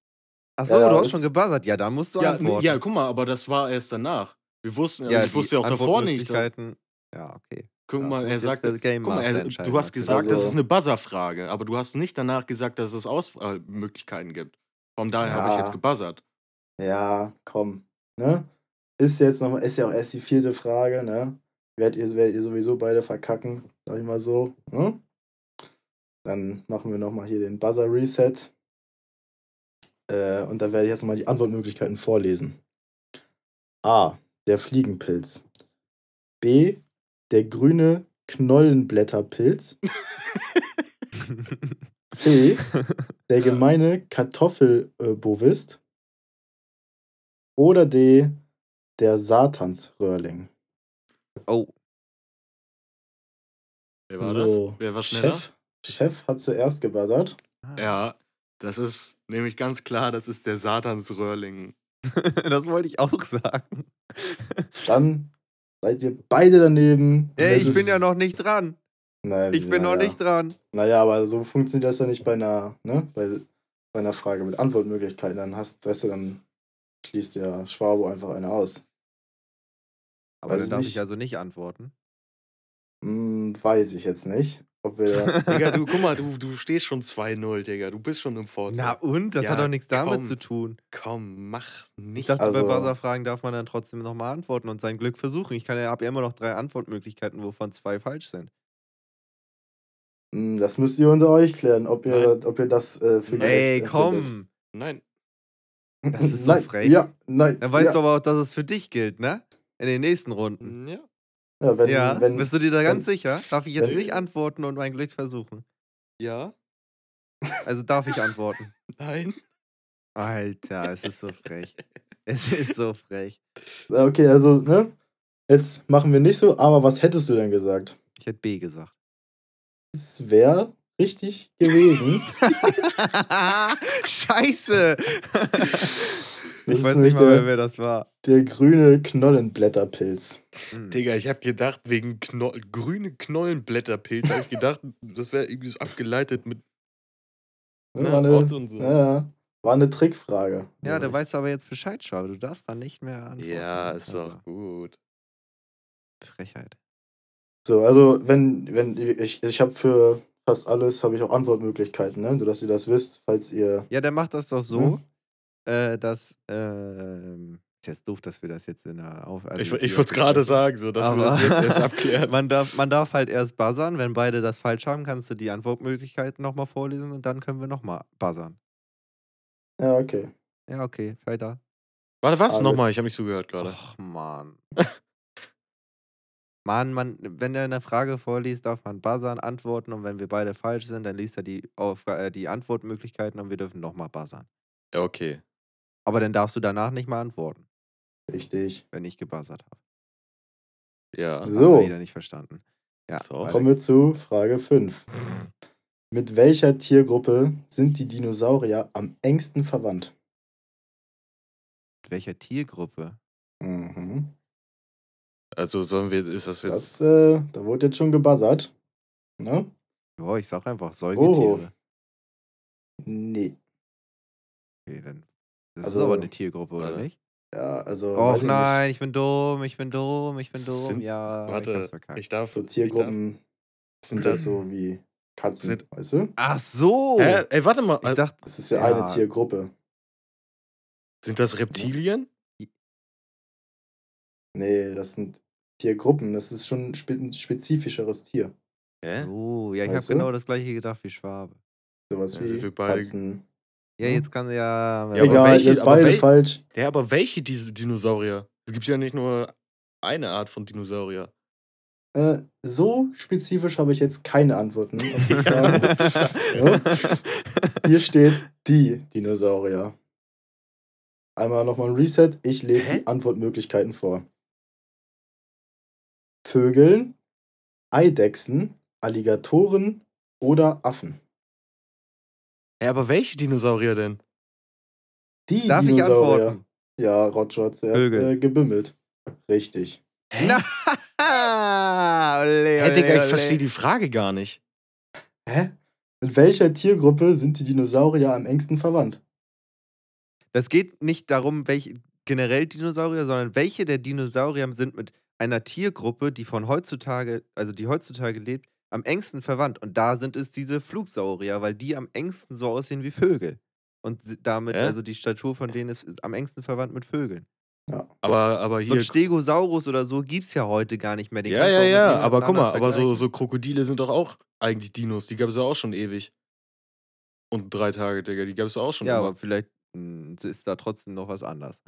Speaker 2: Achso,
Speaker 4: Ja,
Speaker 2: du hast
Speaker 4: ist-
Speaker 2: schon gebuzzert. Ja, dann musst du
Speaker 3: ja,
Speaker 2: antworten.
Speaker 3: n- ja, guck mal, aber das war erst danach. Wir wussten, also ich
Speaker 2: die
Speaker 3: wusste ja auch davor nicht. dass-
Speaker 2: Antwortmöglichkeiten- Ja, okay.
Speaker 3: Guck
Speaker 2: Das
Speaker 3: mal,
Speaker 2: muss
Speaker 3: er
Speaker 2: jetzt
Speaker 3: sagte,
Speaker 2: der Game
Speaker 3: guck mal,
Speaker 2: Master
Speaker 3: er,
Speaker 2: entscheiden, halt also
Speaker 3: du hast gesagt,
Speaker 4: natürlich.
Speaker 3: das ist eine Buzzer-Frage, aber du hast nicht danach gesagt, dass es Auswahlmöglichkeiten gibt. Von daher habe ich
Speaker 4: Ja.
Speaker 3: jetzt gebuzzert.
Speaker 4: Ja, komm. Ne? Ist jetzt noch, ist ja auch erst die vierte Frage, ne? Werdet ihr, werdet ihr sowieso beide verkacken, sag ich mal so. Ne? Dann machen wir nochmal hier den Buzzer Reset. Äh, und da werde ich jetzt mal die Antwortmöglichkeiten vorlesen. A. Der Fliegenpilz. B. Der grüne Knollenblätterpilz. C. Der gemeine Kartoffelbovist. Oder D. Der Satansröhrling.
Speaker 2: Oh,
Speaker 3: Wer war
Speaker 4: So,
Speaker 3: das? Wer war schneller?
Speaker 4: Chef, Chef hat zuerst gebuzzert.
Speaker 3: Ja, das ist nämlich ganz klar, das ist der Satansröhrling.
Speaker 2: das wollte ich auch sagen.
Speaker 4: Dann seid ihr beide daneben.
Speaker 2: Ey,
Speaker 4: Das
Speaker 2: ich bin
Speaker 4: ist-
Speaker 2: ja noch nicht dran.
Speaker 4: Naja,
Speaker 2: Ich bin noch
Speaker 4: naja.
Speaker 2: nicht dran.
Speaker 4: Naja, aber so funktioniert das ja nicht bei einer, ne? bei, bei einer Frage mit Antwortmöglichkeiten. Dann hast, weißt du, dann schließt ja Schwabo einfach eine aus.
Speaker 2: Aber
Speaker 4: Weiß
Speaker 2: dann
Speaker 4: ich
Speaker 2: darf
Speaker 4: nicht.
Speaker 2: ich also nicht antworten.
Speaker 4: Hm, weiß ich jetzt nicht. Ob wir.
Speaker 3: Digga, du, guck mal, du, du stehst schon 2-0, Digga. Du bist schon im Vorteil.
Speaker 2: Na und? Das
Speaker 3: Ja,
Speaker 2: hat doch nichts damit
Speaker 3: komm.
Speaker 2: zu tun.
Speaker 3: Komm, mach
Speaker 2: Ich
Speaker 3: nicht.
Speaker 2: dachte,
Speaker 4: Also-
Speaker 2: bei Buzzer-Fragen darf man dann trotzdem nochmal antworten und sein Glück versuchen. Ich habe ja hab ja immer noch drei Antwortmöglichkeiten, wovon zwei falsch sind.
Speaker 4: Hm, das müsst ihr unter euch klären, ob ihr,
Speaker 3: Nein.
Speaker 4: ob ihr das äh, für
Speaker 2: Ey,
Speaker 4: gerecht empfindet.
Speaker 2: komm.
Speaker 3: Nein.
Speaker 2: Das ist so
Speaker 4: nein,
Speaker 2: frech.
Speaker 4: Ja, nein.
Speaker 2: Dann weißt
Speaker 4: ja,
Speaker 2: du aber auch, dass es für dich gilt, ne? In den nächsten Runden.
Speaker 3: Ja.
Speaker 4: ja, wenn,
Speaker 2: ja,
Speaker 4: wenn,
Speaker 2: bist du dir da ganz
Speaker 4: wenn-
Speaker 2: sicher? Darf ich jetzt
Speaker 4: wenn-
Speaker 2: nicht antworten und mein Glück versuchen?
Speaker 3: Ja.
Speaker 2: Also darf ich antworten.
Speaker 3: Nein.
Speaker 2: Alter, es ist so frech. Es ist so frech.
Speaker 4: Okay, also, ne? Jetzt machen wir nicht so, aber was hättest du denn gesagt?
Speaker 2: Ich hätte B gesagt.
Speaker 4: Es wäre richtig gewesen.
Speaker 2: Scheiße! ich
Speaker 4: ist
Speaker 2: weiß
Speaker 4: nicht
Speaker 2: nicht mal,
Speaker 4: der-
Speaker 2: mehr, wer das war.
Speaker 4: Der grüne Knollenblätterpilz.
Speaker 2: Hm.
Speaker 3: Digga, ich hab gedacht, wegen Kno grüne Knollenblätterpilz hab ich gedacht, das wäre irgendwie so abgeleitet mit
Speaker 4: Ne,
Speaker 3: ne,
Speaker 4: war,
Speaker 3: Ort
Speaker 4: eine,
Speaker 3: und so.
Speaker 4: ja, ja, war eine Trickfrage.
Speaker 2: Ja, da weißt du aber jetzt Bescheid, Schwabe. Du darfst dann nicht mehr antworten.
Speaker 3: Ja, ist
Speaker 2: Also,
Speaker 3: doch gut.
Speaker 2: Frechheit.
Speaker 4: So, also wenn, wenn ich, ich habe für fast alles habe ich auch Antwortmöglichkeiten, ne? So, dass ihr das wisst, falls ihr. ne?
Speaker 2: Ja, dann macht das doch
Speaker 4: Mhm.
Speaker 2: so, äh, dass. ähm, ist jetzt doof, dass wir das jetzt in der Auf. also
Speaker 3: Ich,
Speaker 2: hier
Speaker 3: ich wollte es gerade
Speaker 2: besprechen.
Speaker 3: sagen, so dass
Speaker 2: Aber-
Speaker 3: wir das jetzt erst abklären.
Speaker 2: Man darf, man darf halt erst buzzern. Wenn beide das falsch haben, kannst du die Antwortmöglichkeiten nochmal vorlesen und dann können wir nochmal buzzern.
Speaker 4: Ja, okay.
Speaker 2: Ja, okay, weiter.
Speaker 3: Warte, was?
Speaker 4: Alles-
Speaker 3: Nochmal, ich habe nicht zugehört gerade.
Speaker 2: Ach, Mann. Mann, man, wenn er eine Frage vorliest, darf man buzzern, antworten und wenn wir beide falsch sind, dann liest er die, Aufga- äh, die Antwortmöglichkeiten und wir dürfen nochmal buzzern.
Speaker 3: Ja, okay.
Speaker 2: Aber dann darfst du danach nicht mehr antworten,
Speaker 4: Richtig.
Speaker 2: wenn ich gebuzzert habe.
Speaker 3: Ja.
Speaker 2: Hast du
Speaker 4: So.
Speaker 2: wieder nicht verstanden. Ja,
Speaker 3: So.
Speaker 2: weiter
Speaker 4: Kommen wir zu Frage 5. Mit welcher Tiergruppe sind die Dinosaurier am engsten verwandt?
Speaker 2: geht's. welcher Tiergruppe?
Speaker 4: Mhm.
Speaker 3: Also sollen wir, ist das jetzt.
Speaker 4: Das, äh, da wurde jetzt schon gebuzzert. Ne?
Speaker 2: Boah, ich sag
Speaker 4: Oh.
Speaker 2: einfach Säugetiere.
Speaker 4: Nee.
Speaker 2: Okay, dann. Das
Speaker 4: Also,
Speaker 2: ist aber eine Tiergruppe, oder
Speaker 3: warte.
Speaker 2: nicht?
Speaker 4: Ja, also.
Speaker 3: Äh,
Speaker 2: Och
Speaker 4: weiß ich nicht.
Speaker 2: nein, ich bin dumm, ich bin dumm, ich bin
Speaker 3: Das
Speaker 2: dumm.
Speaker 3: sind-
Speaker 2: ja, ich hab's
Speaker 3: warte,
Speaker 2: verkackt.
Speaker 3: ich, darf.
Speaker 4: So
Speaker 3: Ich
Speaker 4: Tiergruppen
Speaker 3: darf,
Speaker 4: sind halt so wie Katzen,
Speaker 3: Sind-
Speaker 4: weißt du?
Speaker 2: Ach so!
Speaker 3: Hä? Ey, warte mal.
Speaker 2: Ich dachte,
Speaker 4: Das ist ja,
Speaker 2: Ja.
Speaker 4: eine Tiergruppe.
Speaker 3: äh, sind das Reptilien?
Speaker 4: Nee, das sind Tiergruppen. Das ist schon spe ein spezifischeres Tier.
Speaker 3: Hä?
Speaker 2: oh, ja, ich habe
Speaker 4: Weißt du?
Speaker 2: genau das gleiche gedacht wie Schwabe.
Speaker 4: Sowas
Speaker 3: Ja,
Speaker 4: wie
Speaker 3: sind wir beide-
Speaker 4: Katzen.
Speaker 2: Ja,
Speaker 4: Hm?
Speaker 2: jetzt kann ja.
Speaker 3: Ja, aber
Speaker 4: Egal,
Speaker 3: welche-
Speaker 4: ihr habt
Speaker 3: aber
Speaker 4: beide
Speaker 3: wel-
Speaker 4: falsch.
Speaker 3: Ja, aber welche diese Dinosaurier? Es gibt ja nicht nur eine Art von Dinosaurier.
Speaker 4: Äh, so spezifisch habe ich jetzt keine Antworten. auf die Frage.
Speaker 3: das ist
Speaker 4: Hier steht die Dinosaurier. Einmal nochmal ein Reset. Ich lese
Speaker 3: Hä?
Speaker 4: die Antwortmöglichkeiten vor. Vögel, Eidechsen, Alligatoren oder Affen.
Speaker 3: Ja, aber welche Dinosaurier denn?
Speaker 4: Die
Speaker 2: Darf ich
Speaker 4: Dinosaurier.
Speaker 2: antworten?
Speaker 4: Ja, Roger hat zuerst
Speaker 2: Vögel.
Speaker 4: äh, gebimmelt. Richtig.
Speaker 3: Hä?
Speaker 2: Ah, ole,
Speaker 3: Hä,
Speaker 2: ole,
Speaker 3: Digga, ich
Speaker 2: ole.
Speaker 3: verstehe die Frage gar nicht.
Speaker 4: Hä? Mit welcher Tiergruppe sind die Dinosaurier am engsten verwandt?
Speaker 2: Das geht nicht darum, welche generell Dinosaurier, sondern welche der Dinosaurier sind mit einer Tiergruppe, die von heutzutage, also die heutzutage lebt, am engsten verwandt. Und da sind es diese Flugsaurier, weil die am engsten so aussehen wie Vögel. Und si- damit,
Speaker 3: Hä?
Speaker 2: also die Statur von denen ist, ist am engsten verwandt mit Vögeln.
Speaker 3: Aber,
Speaker 2: So
Speaker 3: aber hier.
Speaker 2: ein Stegosaurus oder so gibt's ja heute gar nicht mehr. Den
Speaker 3: ja,
Speaker 2: kannst du
Speaker 3: ja,
Speaker 2: auch mit
Speaker 3: ja,
Speaker 2: nichts
Speaker 3: aber guck mal,
Speaker 2: anderes
Speaker 3: aber so,
Speaker 2: vergleichen.
Speaker 3: so Krokodile sind doch auch eigentlich Dinos. Die gab es ja auch schon ewig. Und drei Tage, Digga, die gab es auch schon
Speaker 2: Ja,
Speaker 3: immer. Also
Speaker 2: aber vielleicht n- ist da trotzdem noch was anders.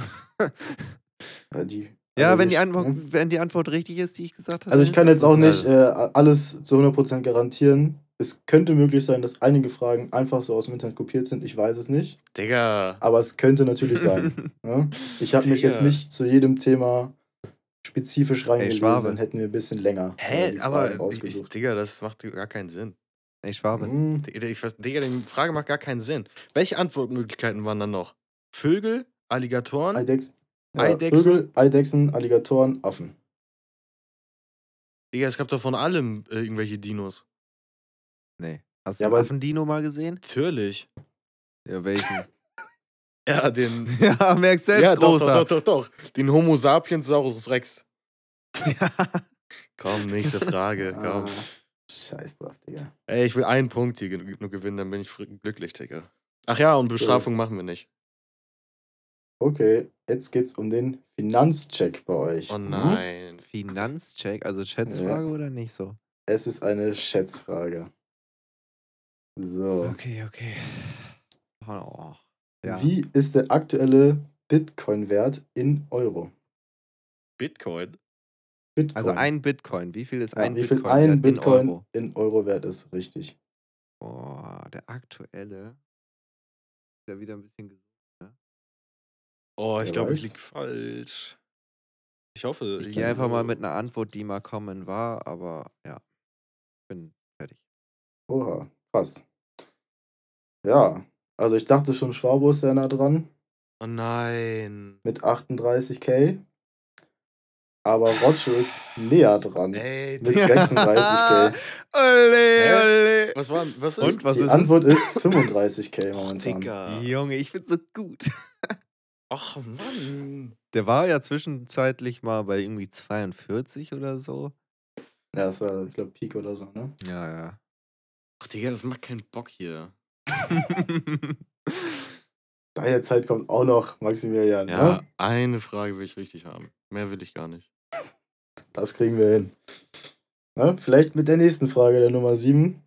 Speaker 4: Ja, die,
Speaker 2: ja,
Speaker 4: also
Speaker 2: wenn die,
Speaker 4: ich-
Speaker 2: Antwort,
Speaker 4: ne?
Speaker 3: hm?
Speaker 2: wenn die Antwort richtig ist, die ich gesagt habe.
Speaker 4: Also ich
Speaker 2: dann
Speaker 4: kann
Speaker 2: ist
Speaker 4: jetzt
Speaker 2: das
Speaker 4: auch
Speaker 2: so.
Speaker 4: nicht äh, alles zu 100% garantieren. Es könnte möglich sein, dass einige Fragen einfach so aus dem Internet kopiert sind. Ich weiß es nicht.
Speaker 3: Digga.
Speaker 4: Aber es könnte natürlich sein. ne? Ich habe mich jetzt
Speaker 3: Digga.
Speaker 4: nicht zu jedem Thema spezifisch reingelesen.
Speaker 2: Schwabe.
Speaker 4: dann hätten wir ein bisschen länger. äh,
Speaker 3: Hä?
Speaker 4: die Fragen
Speaker 3: Aber ich, ich,
Speaker 4: ausgesucht.
Speaker 3: Digga, das macht gar keinen Sinn.
Speaker 2: Ey, Schwabe.
Speaker 4: Hm,
Speaker 3: Digga, ich, weiß- Digga, die Frage macht gar keinen Sinn. Welche Antwortmöglichkeiten waren dann noch? Vögel, Alligatoren?
Speaker 4: Eidechsen, ja,
Speaker 3: Eidechsen.
Speaker 4: Vögel, Eidechsen, Alligatoren, Affen.
Speaker 3: Digga, es gab doch von allem äh, irgendwelche Dinos.
Speaker 2: Nee. Hast du
Speaker 4: Ja,
Speaker 2: ja,
Speaker 4: aber-
Speaker 2: Affendino mal gesehen?
Speaker 3: Natürlich.
Speaker 2: Ja, welchen?
Speaker 3: Ja, den.
Speaker 2: ja, merkst selbst,
Speaker 3: ja, doch,
Speaker 2: großer.
Speaker 3: doch, doch, doch, doch. Den Homo sapiens Saurus Rex. Komm, nächste Frage.
Speaker 4: Ah,
Speaker 3: Komm.
Speaker 4: scheiß drauf, Digga.
Speaker 3: Ey, ich will einen Punkt hier gen- nur gewinnen, dann bin ich fr- glücklich, Digga. Ach ja, und Bestrafung machen wir nicht.
Speaker 4: Okay, jetzt geht's um den Finanzcheck bei euch.
Speaker 3: Oh
Speaker 4: Hm?
Speaker 3: nein.
Speaker 2: Finanzcheck, also Schätzfrage oder nicht so?
Speaker 4: Es ist eine Schätzfrage. So.
Speaker 2: Okay, okay. Oh, ja.
Speaker 4: Wie ist der aktuelle Bitcoin-Wert in Euro?
Speaker 3: Bitcoin?
Speaker 4: Bitcoin.
Speaker 2: Also ein Bitcoin. Wie viel ist
Speaker 4: ja,
Speaker 2: ein
Speaker 4: wie
Speaker 2: Bitcoin?
Speaker 4: viel ein
Speaker 2: wert in
Speaker 4: Bitcoin
Speaker 2: Euro?
Speaker 4: in Euro wert ist, richtig.
Speaker 2: Boah, der aktuelle. Ist ja wieder ein bisschen. ges-
Speaker 3: Oh, ich
Speaker 4: Wer
Speaker 3: glaube, ich
Speaker 4: weiß?
Speaker 3: lieg falsch. Ich hoffe.
Speaker 2: Ich
Speaker 3: ich-
Speaker 2: gehe einfach mal mit einer Antwort, die mal kommen war, aber ja. Bin fertig.
Speaker 4: Oha, krass. Ja, also ich dachte schon, Schwabo ist sehr nah dran
Speaker 3: Oh nein.
Speaker 4: mit 38k. Aber Roger ist näher dran
Speaker 3: Ey,
Speaker 4: mit
Speaker 3: Digga.
Speaker 4: 36k.
Speaker 2: Ole, ole.
Speaker 3: Was war was ist?
Speaker 2: Und was
Speaker 4: Die
Speaker 2: ist
Speaker 4: Antwort ist 35k
Speaker 3: Och,
Speaker 4: momentan.
Speaker 2: es?
Speaker 3: Digga.
Speaker 2: Junge, ich bin so gut.
Speaker 3: Ach, Mann.
Speaker 2: Der war ja zwischenzeitlich mal bei irgendwie 42 oder so.
Speaker 4: Ja, das war, ich glaube, Peak oder so, ne?
Speaker 2: Ja, ja.
Speaker 3: Ach, Digga, das macht keinen Bock hier.
Speaker 4: Deine Zeit kommt auch noch, Maximilian.
Speaker 3: Ja,
Speaker 4: Ne?
Speaker 3: eine Frage will ich richtig haben. Mehr will ich gar nicht.
Speaker 4: Das kriegen wir hin. Ne? Vielleicht mit der nächsten Frage, der Nummer 7.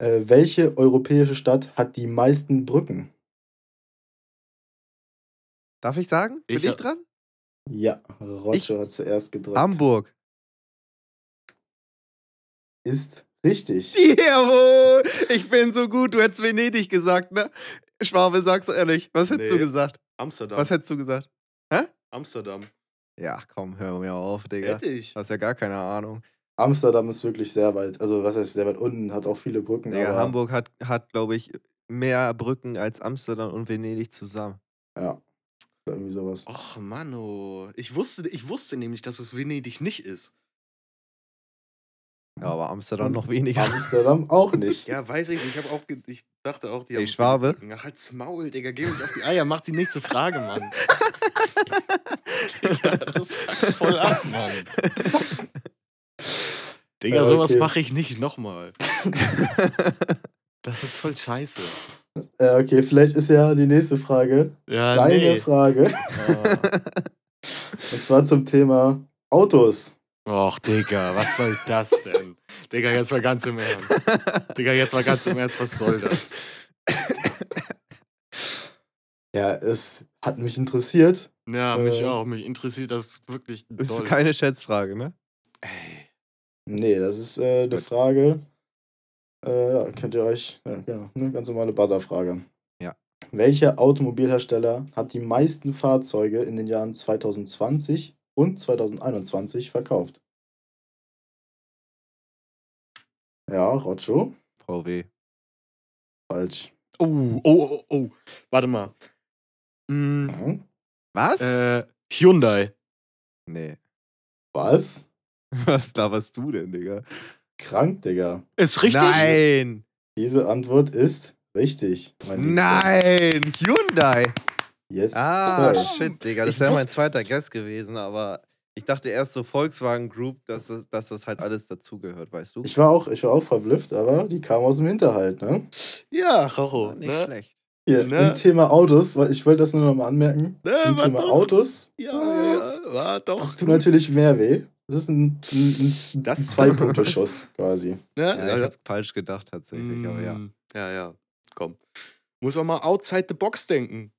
Speaker 4: Äh, welche europäische Stadt hat die meisten Brücken?
Speaker 2: Darf ich sagen? Bin
Speaker 3: Ich
Speaker 2: ich,
Speaker 3: hab-
Speaker 2: dran?
Speaker 4: Ja, Roger hat zuerst gedrückt.
Speaker 2: Hamburg.
Speaker 4: Ist richtig.
Speaker 2: Jawohl! Ich bin so gut, du hättest Venedig gesagt, ne? Schwabe, sag's ehrlich. Was hättest du
Speaker 3: Nee.
Speaker 2: gesagt?
Speaker 3: Amsterdam.
Speaker 2: Was hättest du gesagt?
Speaker 3: Amsterdam.
Speaker 2: Ja, komm, hör mir auf, Digga.
Speaker 3: Hätte ich.
Speaker 2: Du hast ja gar keine Ahnung.
Speaker 4: Amsterdam ist wirklich sehr weit, also was heißt sehr weit unten, hat auch viele Brücken.
Speaker 2: Digga,
Speaker 4: aber,
Speaker 2: Hamburg hat, hat glaube ich, mehr Brücken als Amsterdam und Venedig zusammen.
Speaker 4: Ja, irgendwie sowas.
Speaker 3: Och, Mann, oh. Ich wusste, ich wusste nämlich, dass es Venedig nicht ist.
Speaker 2: Ja, aber Amsterdam
Speaker 4: Und
Speaker 2: noch weniger.
Speaker 4: Amsterdam auch nicht.
Speaker 3: Ja, weiß ich nicht. Ich, hab auch ge- ich dachte auch, die
Speaker 2: Ey,
Speaker 3: haben.
Speaker 2: Schwabe?
Speaker 3: Ach, halt's Maul, Digga. Geh mich auf die Eier. Mach die nächste Frage, Mann. Digga, das fuckt voll ab, Mann. Digga,
Speaker 4: Ja,
Speaker 3: sowas
Speaker 4: okay.
Speaker 3: mache ich nicht nochmal. Das ist voll scheiße.
Speaker 4: Äh, okay, vielleicht ist ja die nächste Frage
Speaker 3: Ja,
Speaker 4: deine
Speaker 3: Ah, nee. Ah.
Speaker 4: Frage. Und zwar zum Thema Autos.
Speaker 3: Och, Digga, was soll das denn? Digga, jetzt mal ganz im Ernst. Digga, jetzt mal ganz im Ernst, was soll das?
Speaker 4: Ja, es hat mich interessiert.
Speaker 3: Ja, mich
Speaker 4: Äh.
Speaker 3: auch. Mich interessiert das wirklich
Speaker 2: Das ist
Speaker 3: doll.
Speaker 2: keine Schätzfrage, ne?
Speaker 3: Ey,
Speaker 4: Nee, das ist äh, eine
Speaker 2: Gut.
Speaker 4: Frage. Äh, ja, könnt ihr euch, ja, genau, eine ganz normale Buzzer-Frage.
Speaker 2: Ja.
Speaker 4: Welcher Automobilhersteller hat die meisten Fahrzeuge in den Jahren 2020 und 2021 verkauft? Ja, Rocho.
Speaker 2: VW.
Speaker 4: Falsch.
Speaker 3: Oh, oh, oh, oh. Warte mal. Mm,
Speaker 2: Hm.
Speaker 4: Ja.
Speaker 2: Was?
Speaker 3: äh, Hyundai.
Speaker 2: nee.
Speaker 4: Was?
Speaker 2: Was laberst du denn, Digga?
Speaker 4: Krank, Digga.
Speaker 3: Ist richtig?
Speaker 2: Nein!
Speaker 4: Diese Antwort ist richtig. mein Liebster.
Speaker 2: Nein! Hyundai!
Speaker 4: Yes.
Speaker 2: Ah,
Speaker 4: sir.
Speaker 2: shit, Digga.
Speaker 3: Ich
Speaker 2: Das wäre mein
Speaker 3: wusste-
Speaker 2: zweiter Guess gewesen, aber ich dachte erst so Volkswagen Group, dass das, dass das halt alles dazugehört, weißt du?
Speaker 4: Ich war, auch, ich war auch verblüfft, aber die kam aus dem Hinterhalt, ne?
Speaker 2: Ja,
Speaker 3: Ja, Rocho.
Speaker 2: nicht
Speaker 3: ne?
Speaker 2: schlecht.
Speaker 4: Hier,
Speaker 3: Ne?
Speaker 4: im Thema Autos, weil ich wollte das nur nochmal anmerken.
Speaker 3: Ne,
Speaker 4: Im
Speaker 3: war
Speaker 4: Thema
Speaker 3: doch.
Speaker 4: Autos,
Speaker 3: Ja, ja, ja, war doch.
Speaker 4: das tut natürlich mehr weh. Das ist ein, ein, ein,
Speaker 3: Das-
Speaker 4: ein Zwei-Punkte-Schuss quasi.
Speaker 3: ne?
Speaker 2: Ja, ich habe falsch gedacht tatsächlich, aber ja.
Speaker 3: Mm, ja, ja. Komm. Muss auch mal outside the box denken.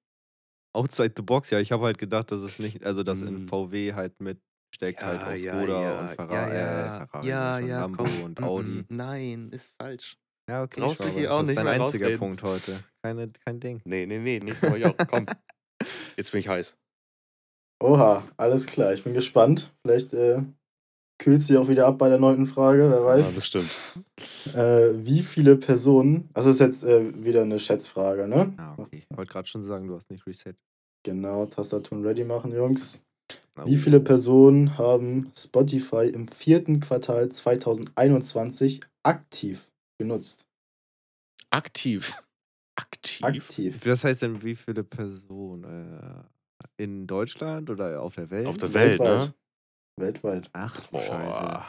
Speaker 2: Outside the box, ja, ich habe halt gedacht, dass es nicht, also dass in
Speaker 3: Mm.
Speaker 2: VW halt mitsteckt, halt
Speaker 3: Ja,
Speaker 2: auch
Speaker 3: ja,
Speaker 2: Skoda
Speaker 3: ja,
Speaker 2: und
Speaker 3: ja,
Speaker 2: Ferrari,
Speaker 3: ja.
Speaker 2: äh, Ferrari
Speaker 3: Ja,
Speaker 2: schon,
Speaker 3: ja,
Speaker 2: Lambo
Speaker 3: komm.
Speaker 2: und
Speaker 3: Mm, mm.
Speaker 2: Audi.
Speaker 3: Nein, ist falsch.
Speaker 2: Ja, okay.
Speaker 3: Brauchst du
Speaker 2: Schwabe,
Speaker 3: hier auch
Speaker 2: das
Speaker 3: nicht
Speaker 2: ist dein
Speaker 3: mehr
Speaker 2: einziger
Speaker 3: rausreden.
Speaker 2: Punkt heute. Keine, kein Ding.
Speaker 3: Nee, nee, nee, nächstes Mal ich auch. Komm. Jetzt bin ich heiß.
Speaker 4: Oha, alles klar. Ich bin gespannt. Vielleicht äh, kühlt sie auch wieder ab bei der neunten Frage, wer
Speaker 3: Ja,
Speaker 4: weiß.
Speaker 3: das stimmt.
Speaker 4: Äh, wie viele Personen, also ist jetzt äh, wieder eine Schätzfrage, ne?
Speaker 2: Ah, okay. Ich wollte gerade schon sagen, du hast nicht reset.
Speaker 4: Genau, Tastaturen ready machen, Jungs.
Speaker 2: Na,
Speaker 4: Wie
Speaker 2: oh.
Speaker 4: viele Personen haben Spotify im vierten Quartal 2021 aktiv genutzt?
Speaker 3: Aktiv. Aktiv.
Speaker 4: Aktiv.
Speaker 2: Was heißt denn, wie viele Personen? Äh, in Deutschland oder auf der Welt?
Speaker 3: Auf der Welt,
Speaker 4: Weltweit.
Speaker 3: ne?
Speaker 4: Weltweit.
Speaker 2: Ach, du Scheiße.
Speaker 3: Boah.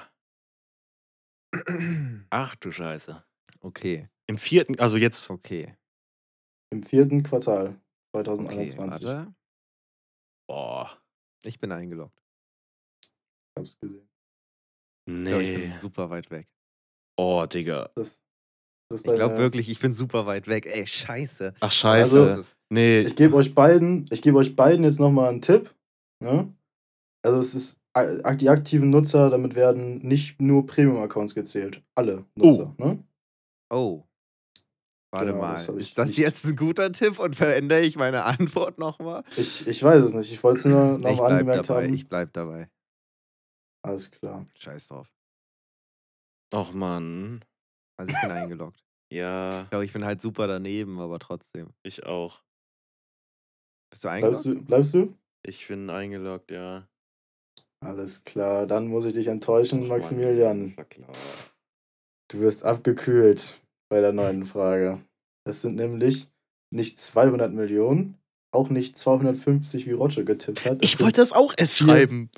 Speaker 3: Ach du Scheiße.
Speaker 2: Okay,
Speaker 3: Im vierten, also jetzt.
Speaker 2: okay.
Speaker 4: Im vierten Quartal
Speaker 2: Okay,
Speaker 4: 2021.
Speaker 2: warte.
Speaker 3: Boah.
Speaker 2: Ich bin eingeloggt.
Speaker 4: Ich hab's gesehen.
Speaker 2: Ich glaube, ich
Speaker 3: Nee.
Speaker 2: bin super weit weg.
Speaker 3: Oh, Digga.
Speaker 4: Das, das ist
Speaker 2: Ich glaube
Speaker 4: deine-
Speaker 2: wirklich, ich bin super weit weg. Ey, scheiße.
Speaker 3: Ach
Speaker 4: Also-
Speaker 3: Scheiße.
Speaker 2: Das ist es.
Speaker 3: nee.
Speaker 4: Ich gebe euch beiden, ich gebe euch beiden jetzt nochmal einen Tipp. Ne? Also es ist ak- die aktiven Nutzer, damit werden nicht nur Premium-Accounts gezählt. Alle Nutzer. Ne?
Speaker 2: Oh. Warte
Speaker 4: Genau,
Speaker 2: mal.
Speaker 4: das hab ich
Speaker 2: ist das
Speaker 4: nicht-
Speaker 2: jetzt ein guter Tipp und verändere ich meine Antwort nochmal?
Speaker 4: Ich, ich weiß es nicht. Ich wollte es nur
Speaker 2: Ich
Speaker 4: nochmal
Speaker 2: bleib
Speaker 4: angemerkt
Speaker 2: dabei.
Speaker 4: haben.
Speaker 2: Ich bleib dabei.
Speaker 4: Alles klar.
Speaker 2: Scheiß drauf.
Speaker 3: Och Mann.
Speaker 2: Also ich bin eingeloggt.
Speaker 3: Ja,
Speaker 2: Ich glaube, ich bin halt super daneben, aber trotzdem.
Speaker 3: ich auch.
Speaker 2: Bist du eingeloggt?
Speaker 4: Bleibst du, bleibst du?
Speaker 3: Ich bin eingeloggt, ja.
Speaker 4: Alles klar. Dann muss ich dich
Speaker 3: Och
Speaker 4: enttäuschen,
Speaker 3: Mann,
Speaker 4: Maximilian.
Speaker 3: das war klar.
Speaker 4: Du wirst abgekühlt bei der neuen Frage. Es sind nämlich nicht 200 Millionen, auch nicht 250, wie Roger getippt hat. Es
Speaker 3: Ich
Speaker 4: sind-
Speaker 3: wollte das auch erst schreiben.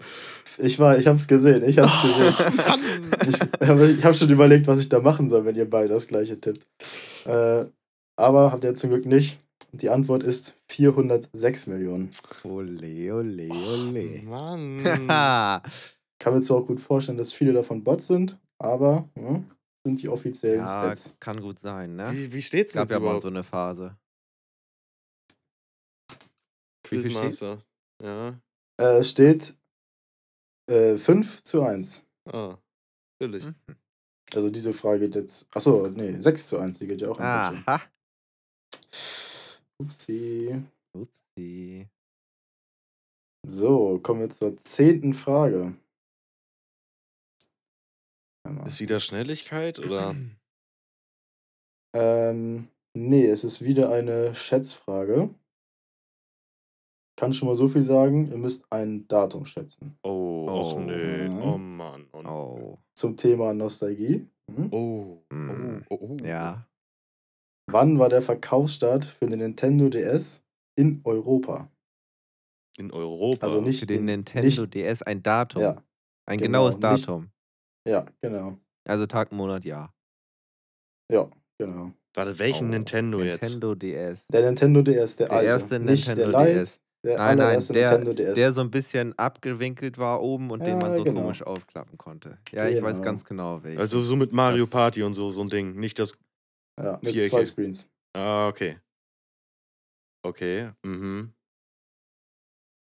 Speaker 4: Ich war, ich hab's gesehen, ich hab's
Speaker 3: Oh.
Speaker 4: gesehen.
Speaker 3: Mann.
Speaker 4: Ich, aber ich hab schon überlegt, was ich da machen soll, wenn ihr beide das gleiche tippt. Äh, aber habt ihr zum Glück nicht. Die Antwort ist 406 Millionen.
Speaker 2: Ole, ole, ole.
Speaker 3: Mann.
Speaker 2: Haha.
Speaker 4: Kann mir zwar auch gut vorstellen, dass viele davon Bots sind, aber ja, sind die offiziellen
Speaker 2: ja,
Speaker 4: Stats.
Speaker 2: kann gut sein, ne?
Speaker 3: Wie, wie steht's
Speaker 2: Es gab
Speaker 3: jetzt
Speaker 2: ja mal
Speaker 3: überhaupt?
Speaker 2: so eine Phase. wie viel steht?
Speaker 3: Quizmaster. Ja.
Speaker 4: Äh, es steht äh, 5 zu 1.
Speaker 3: Ah. Natürlich.
Speaker 2: Hm?
Speaker 4: Also diese Frage geht jetzt. Achso, nee, 6 zu 1, die geht ja auch
Speaker 3: Ah.
Speaker 4: an
Speaker 2: Aha.
Speaker 4: Roger. Upsi.
Speaker 2: Upsi.
Speaker 4: So, kommen wir zur zehnten Frage. Einmal.
Speaker 3: Ist wieder Schnelligkeit oder?
Speaker 4: Ähm, nee, es ist wieder eine Schätzfrage. Kann schon mal so viel sagen, ihr müsst ein Datum schätzen.
Speaker 3: Oh,
Speaker 2: Oh.
Speaker 3: och nö.
Speaker 4: Mhm.
Speaker 3: Oh Mann. Oh. nö.
Speaker 2: Oh.
Speaker 4: Zum Thema Nostalgie. Hm?
Speaker 3: Oh. Oh.
Speaker 2: Mm.
Speaker 3: Oh. oh.
Speaker 2: Ja.
Speaker 4: Wann war der Verkaufsstart für den Nintendo DS in Europa?
Speaker 3: In Europa.
Speaker 4: Also nicht
Speaker 2: Für den
Speaker 4: in-
Speaker 2: Nintendo
Speaker 4: nicht-
Speaker 2: DS ein
Speaker 3: Oh.
Speaker 2: Datum.
Speaker 4: Ja,
Speaker 2: ein
Speaker 4: genau,
Speaker 2: genaues
Speaker 4: nicht-
Speaker 2: Datum.
Speaker 4: ja, genau.
Speaker 2: Also Tag, Monat, Jahr.
Speaker 4: Ja, genau.
Speaker 3: Warte, welchen
Speaker 2: Oh.
Speaker 3: Nintendo, jetzt?
Speaker 2: Nintendo DS.
Speaker 4: Der Nintendo DS, der,
Speaker 2: Der
Speaker 4: alte.
Speaker 2: erste
Speaker 4: nicht
Speaker 2: Nintendo
Speaker 4: der Lite,
Speaker 2: DS.
Speaker 4: Der
Speaker 2: Nein, nein,
Speaker 4: allererste
Speaker 2: der-
Speaker 4: Nintendo DS.
Speaker 2: Der so ein bisschen abgewinkelt war oben und den
Speaker 4: Ja,
Speaker 2: man so
Speaker 4: genau.
Speaker 2: komisch aufklappen konnte. Ja, ich weiß
Speaker 4: Genau.
Speaker 2: ganz genau welchen.
Speaker 3: Also so mit Mario
Speaker 2: Das-
Speaker 3: Party und so, so ein Ding. Nicht das.
Speaker 4: ja, mit
Speaker 3: Vierecke.
Speaker 4: zwei Screens.
Speaker 3: Ah, okay. Okay. Mhm.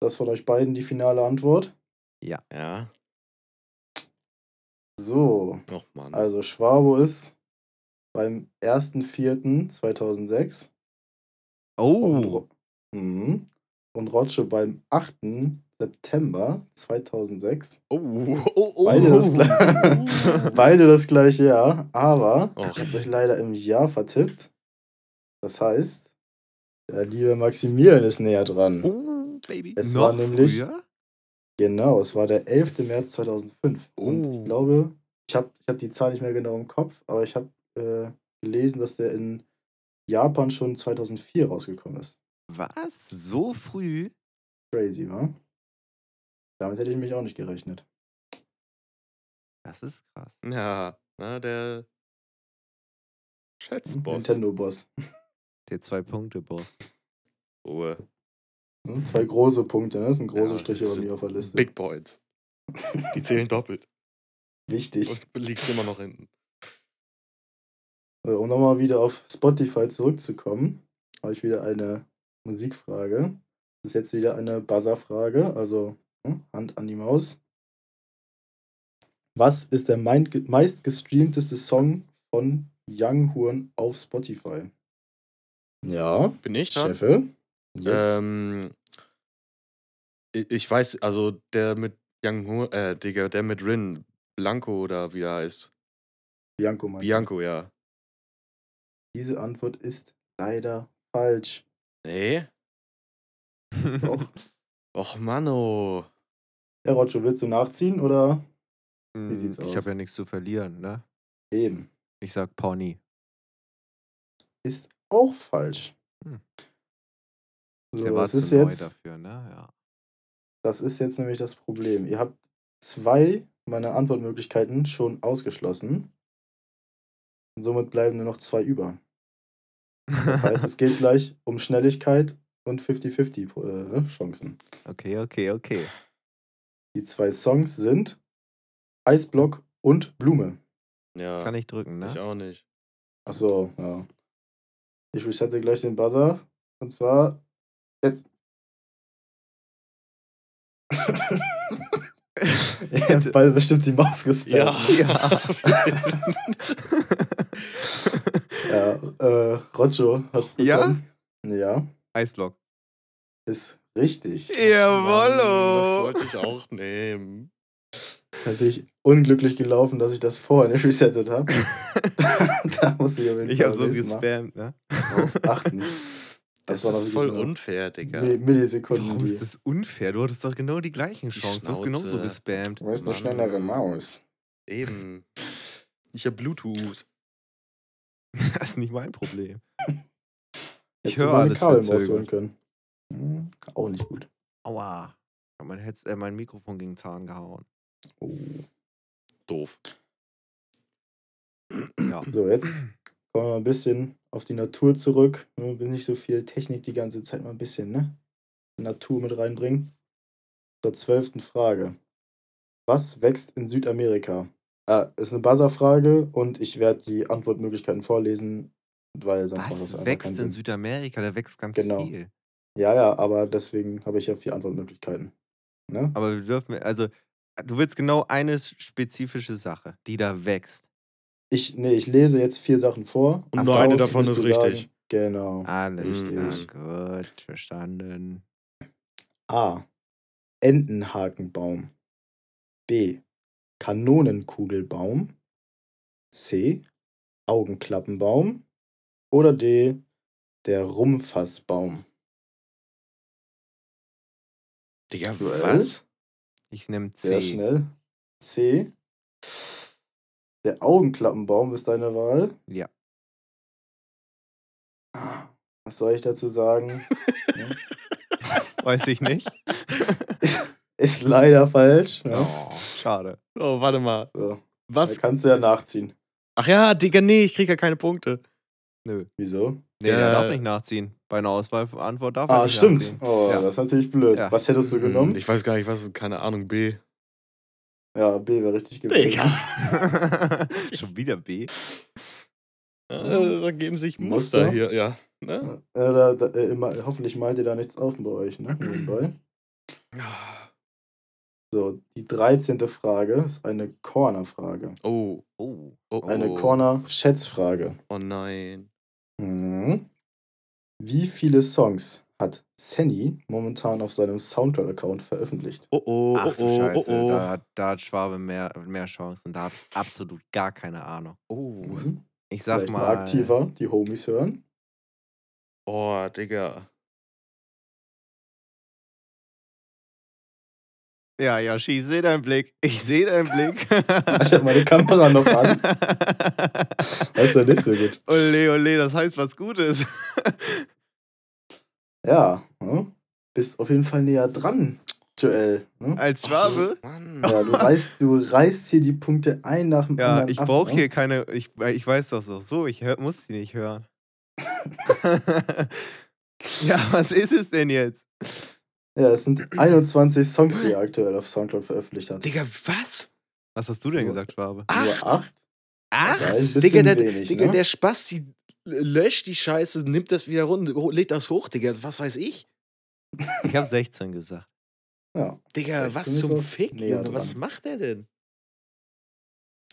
Speaker 4: Das von euch beiden die finale Antwort.
Speaker 3: Ja.
Speaker 4: So,
Speaker 3: Och Mann.
Speaker 4: Also Schwabo ist beim 1.4.2006 und,
Speaker 2: oh,
Speaker 4: Ro mhm. und Rotsche beim 8. September 2006.
Speaker 3: oh, oh, oh.
Speaker 4: Beide das
Speaker 3: gleiche.
Speaker 4: Beide das gleiche Jahr, aber
Speaker 3: Och.
Speaker 4: ich habe euch leider im Jahr vertippt. Das heißt, der liebe Maximilian ist näher dran.
Speaker 2: oh, Baby.
Speaker 4: Es
Speaker 2: Noch
Speaker 4: war nämlich-
Speaker 2: früher?
Speaker 4: Genau, es war der 11. März 2005. Und
Speaker 2: Oh.
Speaker 4: ich glaube, ich habe ich hab die Zahl nicht mehr genau im Kopf, aber ich habe äh, gelesen, dass der in Japan schon 2004 rausgekommen ist.
Speaker 2: Was? So früh?
Speaker 4: Crazy, wa? Damit hätte ich mich auch nicht gerechnet.
Speaker 2: Das ist krass.
Speaker 3: Ja, na, der Schätzboss.
Speaker 4: Nintendo-Boss.
Speaker 2: Der Zwei-Punkte-Boss.
Speaker 3: Ruhe.
Speaker 4: Hm? Zwei große Punkte, ne? Das sind große
Speaker 3: Ja,
Speaker 4: Striche
Speaker 3: das
Speaker 4: bei mir
Speaker 3: sind
Speaker 4: auf der Liste.
Speaker 3: Big Points. Die zählen doppelt.
Speaker 4: Wichtig.
Speaker 3: Und liegt immer noch hinten.
Speaker 4: Äh, So, Um nochmal wieder auf Spotify zurückzukommen. habe ich wieder eine Musikfrage. Das ist jetzt wieder eine Buzzer-Frage, also hm, Hand an die Maus. Was ist der mein- meistgestreamteste Song von Young Horn auf Spotify? Ja,
Speaker 3: Bin ich dran?
Speaker 4: Chefe. Yes.
Speaker 3: Ähm, ich, ich weiß, also der mit Young Ho, äh, Digga, der mit Rin, Blanco oder wie er heißt.
Speaker 4: Bianco, meinst du?
Speaker 3: Bianco, ja.
Speaker 4: Diese Antwort ist leider falsch.
Speaker 3: Nee?
Speaker 4: Doch.
Speaker 3: Och, Mann, oh.
Speaker 4: Herr Rotscho, willst du nachziehen oder?
Speaker 2: Hm,
Speaker 4: sieht's
Speaker 2: ich
Speaker 4: aus?
Speaker 2: habe ja nichts zu verlieren, ne?
Speaker 4: Eben.
Speaker 2: Ich sag Pony.
Speaker 4: Ist auch falsch.
Speaker 2: Hm.
Speaker 4: So,
Speaker 2: Der war
Speaker 4: das
Speaker 2: zu
Speaker 4: ist
Speaker 2: neu
Speaker 4: jetzt.
Speaker 2: dafür, ne? Ja.
Speaker 4: Das ist jetzt nämlich das Problem. Ihr habt zwei meiner Antwortmöglichkeiten schon ausgeschlossen. Und somit bleiben nur noch zwei über. Das heißt, es geht gleich um Schnelligkeit und 50-50 pro- äh, Chancen.
Speaker 2: okay, okay, okay.
Speaker 4: Die zwei Songs sind Eisblock und Blume.
Speaker 3: Ja,
Speaker 2: Kann ich drücken, ne?
Speaker 3: ich auch nicht.
Speaker 4: Achso, ja. Ich resette gleich den Buzzer. Und zwar jetzt. Ihr habt beide bestimmt die Maus gespammt. Ja, äh, Rocho hat's
Speaker 2: Ja?
Speaker 4: bekommen. Ja? Ja,
Speaker 2: Eisblock.
Speaker 4: ist richtig.
Speaker 3: Mann,
Speaker 2: Jawollo!
Speaker 3: das wollte ich auch nehmen.
Speaker 4: Natürlich unglücklich gelaufen, dass ich das vorher nicht resettet habe. da muss ich auf jeden
Speaker 2: Ich
Speaker 4: Fall
Speaker 2: habe so
Speaker 4: beim nächsten Mal
Speaker 2: gespammt, ne?
Speaker 4: drauf achten.
Speaker 3: Das,
Speaker 4: war
Speaker 3: ist
Speaker 4: natürlich
Speaker 3: voll
Speaker 4: nur
Speaker 3: unfair, Digga.
Speaker 4: Milli- Millisekunden.
Speaker 2: Warum
Speaker 4: die-
Speaker 2: ist das unfair? Du hattest doch genau die gleichen
Speaker 3: Die
Speaker 2: Chancen. Du hast
Speaker 3: Schnauze.
Speaker 2: genauso gespammt.
Speaker 4: Du bist eine
Speaker 3: Mann.
Speaker 4: schnellere Maus.
Speaker 3: Eben. Ich hab Bluetooth.
Speaker 2: Das ist nicht mein Problem. Ich
Speaker 4: Hättest du
Speaker 2: höre
Speaker 4: mal eine
Speaker 2: alles
Speaker 4: Kabelmaus holen
Speaker 2: verzögert.
Speaker 4: können. Hm, Auch nicht gut.
Speaker 2: Aua. Ich hab mein, Heads- äh, mein Mikrofon gegen den Zahn gehauen.
Speaker 4: Oh.
Speaker 3: Doof.
Speaker 2: Ja.
Speaker 4: So, jetzt kommen wir mal ein bisschen auf die Natur zurück. Nur Nicht so viel Technik die ganze Zeit, mal ein bisschen, ne? Natur mit reinbringen. Zur zwölften Frage. Was wächst in Südamerika? Ah, ist eine Buzzer-Frage und ich werde die Antwortmöglichkeiten vorlesen, weil sonst macht das
Speaker 2: Was
Speaker 4: einfach keinen
Speaker 2: wächst in
Speaker 4: Sinn.
Speaker 2: Südamerika? Da wächst ganz
Speaker 4: Genau.
Speaker 2: viel.
Speaker 4: Ja, ja, aber deswegen habe ich ja vier Antwortmöglichkeiten. Ne?
Speaker 2: Aber wir dürfen, also, du willst genau eine spezifische Sache, die da wächst.
Speaker 4: Ich, nee, ich lese jetzt vier Sachen vor.
Speaker 3: Und
Speaker 4: um Ach
Speaker 3: nur
Speaker 4: so,
Speaker 3: eine
Speaker 4: aus,
Speaker 3: davon
Speaker 4: müsst
Speaker 3: ist
Speaker 4: ihr sagen.
Speaker 3: richtig.
Speaker 4: Genau.
Speaker 2: Alles
Speaker 3: Richtig.
Speaker 2: klar. Gut, verstanden.
Speaker 4: A. Entenhakenbaum. B. Kanonenkugelbaum. C. Augenklappenbaum. Oder D. Der Rumfassbaum.
Speaker 3: Digga,
Speaker 4: Duell?
Speaker 3: was?
Speaker 2: Ich nehme
Speaker 4: Sehr
Speaker 2: C.
Speaker 4: schnell. C. Der Augenklappenbaum ist deine Wahl.
Speaker 2: Ja.
Speaker 4: Was soll ich dazu sagen?
Speaker 2: Weiß ich nicht.
Speaker 4: Ist leider falsch. Ja.
Speaker 2: Oh, schade.
Speaker 3: Oh, warte mal.
Speaker 2: Genau.
Speaker 4: So, da
Speaker 3: Was?
Speaker 4: kannst du ja nachziehen.
Speaker 3: Ach ja, Digga, nee, ich krieg ja keine Punkte.
Speaker 2: Nö.
Speaker 4: Wieso?
Speaker 2: Nee, der
Speaker 3: Ja.
Speaker 2: darf nicht nachziehen. Bei einer Auswahlantwort darf er
Speaker 4: Ah,
Speaker 2: nicht
Speaker 4: stimmt.
Speaker 2: nachziehen.
Speaker 4: Oh,
Speaker 2: Ja.
Speaker 4: das ist natürlich blöd.
Speaker 2: Ja.
Speaker 4: Was hättest du genommen?
Speaker 3: Mm, Hm, Ich weiß gar nicht, was, keine Ahnung, B.
Speaker 4: Ja, B wäre richtig gewesen.
Speaker 3: Digga.
Speaker 2: Schon wieder B.
Speaker 3: Es Äh, ergeben sich
Speaker 4: Muster?
Speaker 3: Muster hier, ja. Ne?
Speaker 4: Äh, da, da, äh, immer, hoffentlich malt ihr da nichts auf bei euch, ne? Nebenbei. So, die 13. Frage ist eine Corner-Frage.
Speaker 3: Oh,
Speaker 2: Oh.
Speaker 3: oh,
Speaker 4: Eine
Speaker 3: oh.
Speaker 4: Corner-Schätzfrage.
Speaker 3: Oh nein.
Speaker 4: Mhm. Wie viele Songs hat Sanny momentan auf seinem Soundcloud-Account veröffentlicht?
Speaker 3: Oh, oh,
Speaker 2: Ach
Speaker 3: oh,
Speaker 2: du
Speaker 3: oh,
Speaker 2: Scheiße,
Speaker 3: oh, oh.
Speaker 2: Da, hat, da hat Schwabe mehr, mehr Chancen. Da habe ich absolut gar keine Ahnung.
Speaker 3: oh.
Speaker 4: Mhm.
Speaker 2: Ich sag
Speaker 4: Vielleicht mal
Speaker 2: mal.
Speaker 4: aktiver, die Homies hören.
Speaker 3: Oh, Digga.
Speaker 2: Ja, Yoshi, ich sehe deinen Blick. Ich sehe deinen Blick.
Speaker 4: Ich habe meine Kamera noch an. Das ist ja nicht so gut.
Speaker 2: Ole, ole, das heißt was Gutes.
Speaker 4: Ja, ne? bist auf jeden Fall näher dran, Joel. Ne?
Speaker 2: Als Schwabe.
Speaker 3: Mann.
Speaker 4: Ja, du reißt, du reißt hier die Punkte ein nach dem
Speaker 2: Ja,
Speaker 4: anderen.
Speaker 2: ich
Speaker 4: ab,
Speaker 2: brauche
Speaker 4: ne?
Speaker 2: hier keine. Ich, ich weiß doch so. So, ich hör, muss die nicht hören. ja, was ist es denn jetzt?
Speaker 4: Ja, es sind 21 Songs, die er aktuell auf Soundcloud veröffentlicht hat.
Speaker 3: Digga, was?
Speaker 2: Was hast du denn gesagt, Schwabe?
Speaker 4: Nur
Speaker 3: Acht?
Speaker 4: acht?
Speaker 3: Acht?
Speaker 4: Das ist ein bisschen
Speaker 3: Digga, der,
Speaker 4: wenig,
Speaker 3: Digga
Speaker 4: ne?
Speaker 3: der Spasti lösch die Scheiße, nimmt das wieder runter, ho- lädt das hoch, Digga. Was weiß ich?
Speaker 2: Ich habe 16 gesagt.
Speaker 4: Ja,
Speaker 3: Digga,
Speaker 4: Vielleicht
Speaker 3: was
Speaker 4: sind wir
Speaker 3: zum
Speaker 4: so
Speaker 3: Fick,
Speaker 4: näher
Speaker 3: Junge? Was
Speaker 4: dran.
Speaker 3: macht er denn?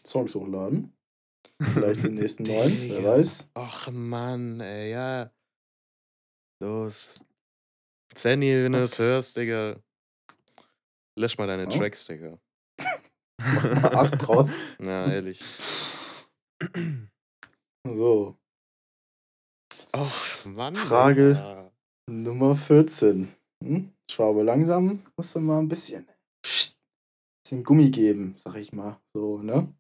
Speaker 4: Songs hochladen. Vielleicht den nächsten neuen, wer
Speaker 3: Digga.
Speaker 4: weiß.
Speaker 3: Och Mann, ey, ja. Los. Sandy, wenn du das hörst, Digga. Lösch mal deine
Speaker 4: Ja.
Speaker 3: Tracks, Digga.
Speaker 4: Mal Acht draus. Hm.
Speaker 3: Na, ehrlich.
Speaker 4: So,
Speaker 3: Och Mann.
Speaker 4: Frage.
Speaker 3: Digga.
Speaker 4: Nummer 14. Hm? Schwabe langsam, musst du mal ein bisschen, bisschen Gummi geben, sag ich mal. So, ne?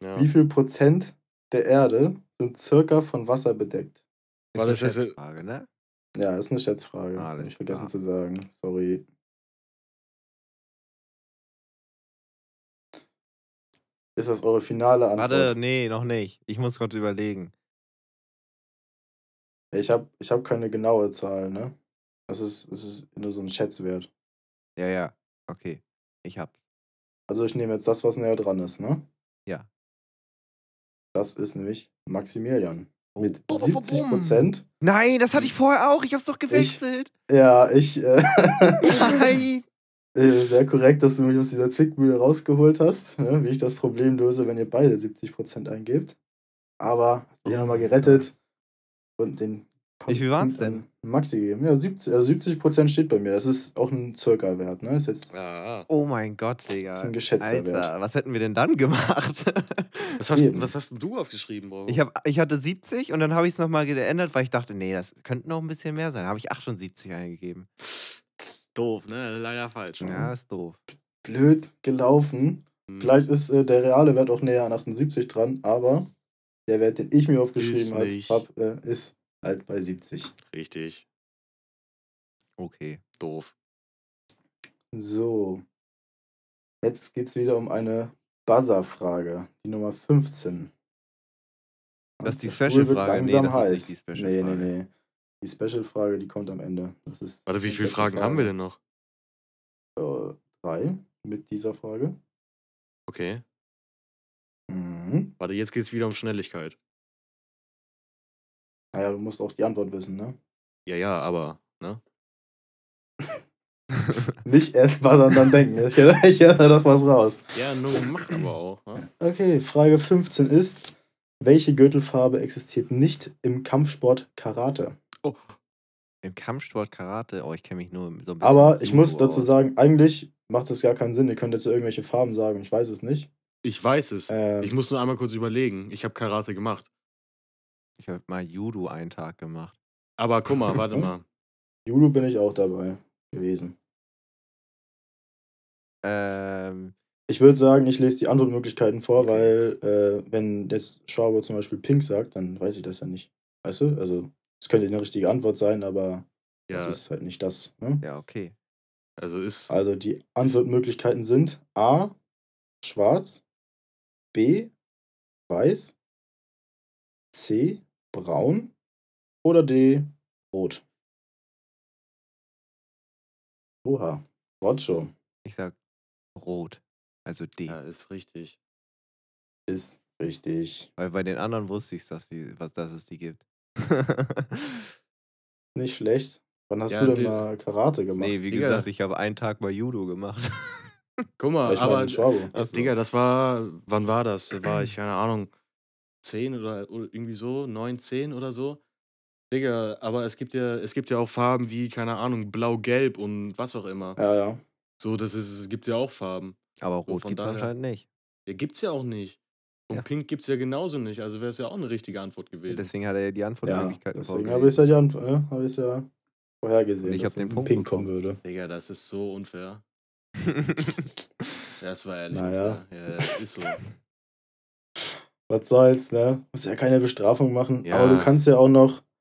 Speaker 3: Ja.
Speaker 4: Wie viel Prozent der Erde sind circa von Wasser bedeckt?
Speaker 3: War das jetzt-
Speaker 2: Frage, ne?
Speaker 4: Ja, ist eine Schätzfrage.
Speaker 2: Ah,
Speaker 4: Hab
Speaker 2: alles
Speaker 4: ich vergessen
Speaker 2: klar.
Speaker 4: zu sagen. Sorry. Ist das eure finale Antwort?
Speaker 2: Warte, nee, noch nicht. Ich muss gerade überlegen.
Speaker 4: Ich habe ich hab keine genaue Zahl, ne? Das ist, das ist nur so ein Schätzwert.
Speaker 2: Ja, ja. Okay. Ich hab's.
Speaker 4: Also ich nehme jetzt das, was näher dran ist, ne?
Speaker 2: Ja.
Speaker 4: Das ist nämlich Maximilian.
Speaker 2: Oh.
Speaker 4: Mit
Speaker 3: Bum, bum, bum.
Speaker 4: 70 Prozent.
Speaker 2: Nein, das hatte ich vorher auch. Hm. Ich hab's doch gewechselt.
Speaker 4: Ja, ich. Äh,
Speaker 2: Nein.
Speaker 4: äh, sehr korrekt, dass du mich aus dieser Zwickmühle rausgeholt hast, ne? wie ich das Problem löse, wenn ihr beide 70 Prozent eingebt. Aber ihr nochmal gerettet und den.
Speaker 2: Wie viel waren's
Speaker 4: Punkt an Maxi gegeben. Ja, 70, also 70 Prozent steht bei mir. Das ist auch ein Circa-Wert, ne? Ist jetzt
Speaker 3: Ah.
Speaker 2: Oh mein Gott, Digga.
Speaker 4: ist ein geschätzter Wert.
Speaker 2: Alter, was hätten wir denn dann gemacht?
Speaker 3: Was hast,
Speaker 4: Eben.
Speaker 3: was hast denn du aufgeschrieben, Bro?
Speaker 2: Ich, hab, ich hatte 70 und dann habe ich es nochmal geändert, weil ich dachte, nee, das könnte noch ein bisschen mehr sein. Habe ich 78 eingegeben.
Speaker 3: Doof, ne? Leider falsch.
Speaker 2: Ja, ist doof.
Speaker 4: blöd
Speaker 2: Mhm.
Speaker 4: gelaufen.
Speaker 3: Hm.
Speaker 4: Vielleicht ist äh, der reale Wert auch näher an 78 dran, aber der Wert, den ich mir
Speaker 3: Ist
Speaker 4: aufgeschrieben
Speaker 3: nicht.
Speaker 4: habe, äh, ist halt bei 70.
Speaker 3: Richtig.
Speaker 2: Okay.
Speaker 3: Doof.
Speaker 4: So. Jetzt geht's wieder um eine Buzzer-Frage, die Nummer 15.
Speaker 2: Das ist die
Speaker 4: Der Stuhl wird
Speaker 2: Special-Frage. Nee,
Speaker 4: langsam
Speaker 2: das ist nicht die
Speaker 4: heiß.
Speaker 2: Special-Frage.
Speaker 4: Nee, nee, nee. Die Special-Frage, die kommt am Ende. Das ist
Speaker 3: Warte, wie
Speaker 4: die
Speaker 3: viele Fragen
Speaker 4: Special-Frage.
Speaker 3: haben wir denn noch?
Speaker 4: Äh, drei mit dieser Frage.
Speaker 3: Okay.
Speaker 4: Mhm.
Speaker 3: Warte, jetzt geht's wieder um Schnelligkeit.
Speaker 4: Naja, Ah du musst auch die Antwort wissen, ne?
Speaker 3: Ja, ja, aber, ne?
Speaker 4: Nicht erst buzzern, dann denken. Ich höre ich hör da doch was raus.
Speaker 3: Ja, no, macht aber auch. Ne?
Speaker 4: Okay, Frage 15 ist: Welche Gürtelfarbe existiert nicht im Kampfsport Karate?
Speaker 2: Im Kampfsport Karate, oh, ich kenne mich nur so ein bisschen.
Speaker 4: Aber
Speaker 2: mit
Speaker 4: ich
Speaker 2: Judo
Speaker 4: muss dazu
Speaker 3: äh,
Speaker 2: aus.
Speaker 4: sagen, eigentlich macht das gar keinen Sinn. Ihr könnt jetzt irgendwelche Farben sagen, ich weiß es nicht.
Speaker 3: Ich weiß es.
Speaker 4: Ähm,
Speaker 3: Ich muss nur einmal kurz überlegen. Ich habe Karate gemacht.
Speaker 2: Ich habe mal Judo einen Tag gemacht.
Speaker 3: Aber guck mal, warte
Speaker 4: Hm?
Speaker 3: mal.
Speaker 4: Judo bin ich auch dabei gewesen.
Speaker 2: Ähm,
Speaker 4: Ich würde sagen, ich lese die Antwortmöglichkeiten vor, weil, äh, wenn jetzt Schwabe zum Beispiel Pink sagt, dann weiß ich das ja nicht. Weißt du? Also, es könnte eine richtige Antwort sein, aber es
Speaker 3: Ja,
Speaker 4: ist halt nicht das. Ne?
Speaker 2: ja, okay.
Speaker 3: also ist.
Speaker 4: Also die Antwortmöglichkeiten sind A, schwarz, B, weiß, C, braun oder D, rot. Oha, Rotscho
Speaker 2: Ich sag rot. Also D.
Speaker 3: Ja, ist richtig.
Speaker 4: ist richtig.
Speaker 2: Weil bei den anderen wusste ich, dass, die, was, dass es die gibt.
Speaker 4: Nicht schlecht. Wann hast
Speaker 3: Ja,
Speaker 4: du denn
Speaker 3: die-
Speaker 4: mal Karate gemacht?
Speaker 2: nee, wie
Speaker 3: Digga.
Speaker 2: gesagt, ich habe einen Tag mal Judo gemacht.
Speaker 3: Guck
Speaker 4: Weil
Speaker 3: mal,
Speaker 4: ich aber
Speaker 3: aber. äh,
Speaker 4: in Schwabe.
Speaker 2: Ach so.
Speaker 3: Digga, das war. Wann war das? Da war ich, keine Ahnung, 10 oder, oder irgendwie so, 9, 10 oder so. Digga, aber es gibt ja, es gibt ja auch Farben wie, keine Ahnung, blau, gelb und was auch immer.
Speaker 2: äh,
Speaker 4: Ja, ja.
Speaker 3: So, das ist, es gibt ja auch Farben.
Speaker 2: Aber rot
Speaker 3: von
Speaker 2: gibt es
Speaker 3: daher.
Speaker 2: anscheinend nicht.
Speaker 3: Ja, gibt's ja auch nicht. Und
Speaker 2: Ja.
Speaker 3: Pink gibt's ja genauso nicht. Also wäre es ja auch eine richtige Antwort gewesen.
Speaker 2: Deswegen hat er ja die
Speaker 4: ja
Speaker 2: Antwortmöglichkeiten
Speaker 4: deswegen
Speaker 2: vorgelegt.
Speaker 4: habe ich es ja, die Antwort- ne? Hab ich's ja vorhergesehen,
Speaker 2: Und ich
Speaker 4: dass
Speaker 2: hab den
Speaker 4: ein
Speaker 2: Punkt
Speaker 4: Pink kommen würde.
Speaker 3: Digga, das ist so unfair. Ja, Das war ehrlich.
Speaker 4: Naja.
Speaker 3: unfair. Ja, das ist so.
Speaker 4: Was soll's, ne? Muss ja keine Bestrafung machen.
Speaker 3: Ja.
Speaker 4: Aber du kannst ja auch noch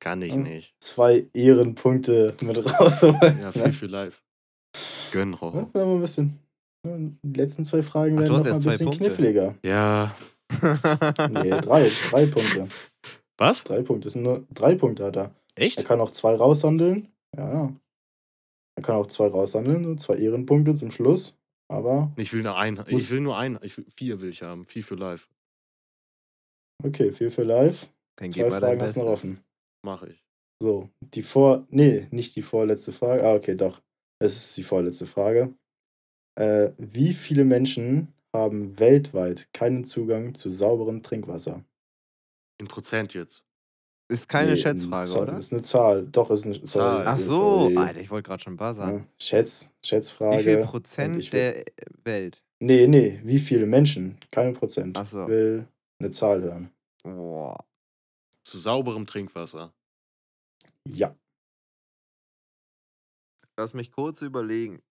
Speaker 3: Kann ich
Speaker 4: Hm.
Speaker 3: nicht.
Speaker 4: zwei Ehrenpunkte mit rausholen.
Speaker 3: Ja,
Speaker 4: ne?
Speaker 3: viel, Hm? viel live. Gönn,
Speaker 4: Ja,
Speaker 3: Rojo.
Speaker 4: wir haben ein bisschen. ja, Die letzten zwei
Speaker 2: Oh.
Speaker 4: Fragen
Speaker 2: Ach, du
Speaker 4: werden
Speaker 2: hast
Speaker 4: noch mal ein
Speaker 2: erst zwei
Speaker 4: bisschen
Speaker 2: Punkte.
Speaker 4: kniffliger.
Speaker 3: Ja.
Speaker 4: Nee, drei, drei Punkte.
Speaker 3: Was?
Speaker 4: Drei Punkte. Es sind nur drei Punkte hat er. Er
Speaker 3: Echt?
Speaker 4: kann auch zwei raushandeln. Ja, ja. Er kann auch zwei raushandeln, so zwei Ehrenpunkte zum Schluss. Aber
Speaker 3: Ich will nur einen. Ich
Speaker 4: Muss-
Speaker 3: will nur einen. Ich will, vier will ich haben. Vier für live.
Speaker 4: okay, viel für live.
Speaker 2: Dann
Speaker 4: Zwei
Speaker 2: gib mal dein
Speaker 4: Fragen hast du noch
Speaker 2: Bestes.
Speaker 4: offen.
Speaker 3: Mache ich.
Speaker 4: So, die vor. Nee, nicht die vorletzte Frage. Ah, okay, doch. Es ist die vorletzte Frage. Äh, wie viele Menschen haben weltweit keinen Zugang zu sauberem Trinkwasser?
Speaker 3: In Prozent jetzt.
Speaker 2: Ist keine
Speaker 4: Nee,
Speaker 2: Schätzfrage,
Speaker 4: Zahl-
Speaker 2: oder?
Speaker 4: Ist eine Zahl. Doch, ist eh ne eine sorry,
Speaker 3: Zahl.
Speaker 2: Ach so,
Speaker 4: sorry.
Speaker 2: Alter, ich wollte gerade schon buzzern.
Speaker 4: Ja, Schätz, Schätzfrage.
Speaker 2: Wie viel
Speaker 4: Und
Speaker 2: Prozent
Speaker 4: ich
Speaker 2: der
Speaker 4: will-
Speaker 2: Welt?
Speaker 4: Nee, nee, wie viele Menschen? Keine Prozent.
Speaker 2: Ach so.
Speaker 4: Ich will eine Zahl hören.
Speaker 2: Boah.
Speaker 3: Zu sauberem Trinkwasser.
Speaker 4: Ja.
Speaker 2: Lass mich kurz überlegen.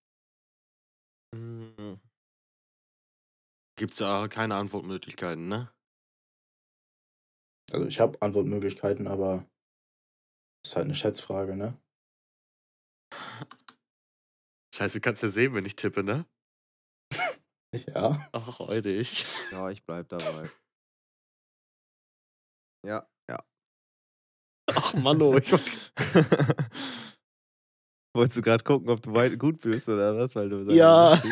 Speaker 2: Hm,
Speaker 3: Gibt es ja keine Antwortmöglichkeiten, ne?
Speaker 4: Also ich habe Antwortmöglichkeiten, aber ist halt eine Schätzfrage, ne?
Speaker 3: Scheiße, kannst ja sehen, wenn ich tippe, ne?
Speaker 4: Ja.
Speaker 3: Ach, heute ich.
Speaker 2: Ja, ich bleib dabei. Ja, ja.
Speaker 3: Ach, Manno, ich wollte
Speaker 2: Wolltest du gerade gucken, ob du weit gut bist oder was? Weil du so
Speaker 3: Ja.
Speaker 2: gut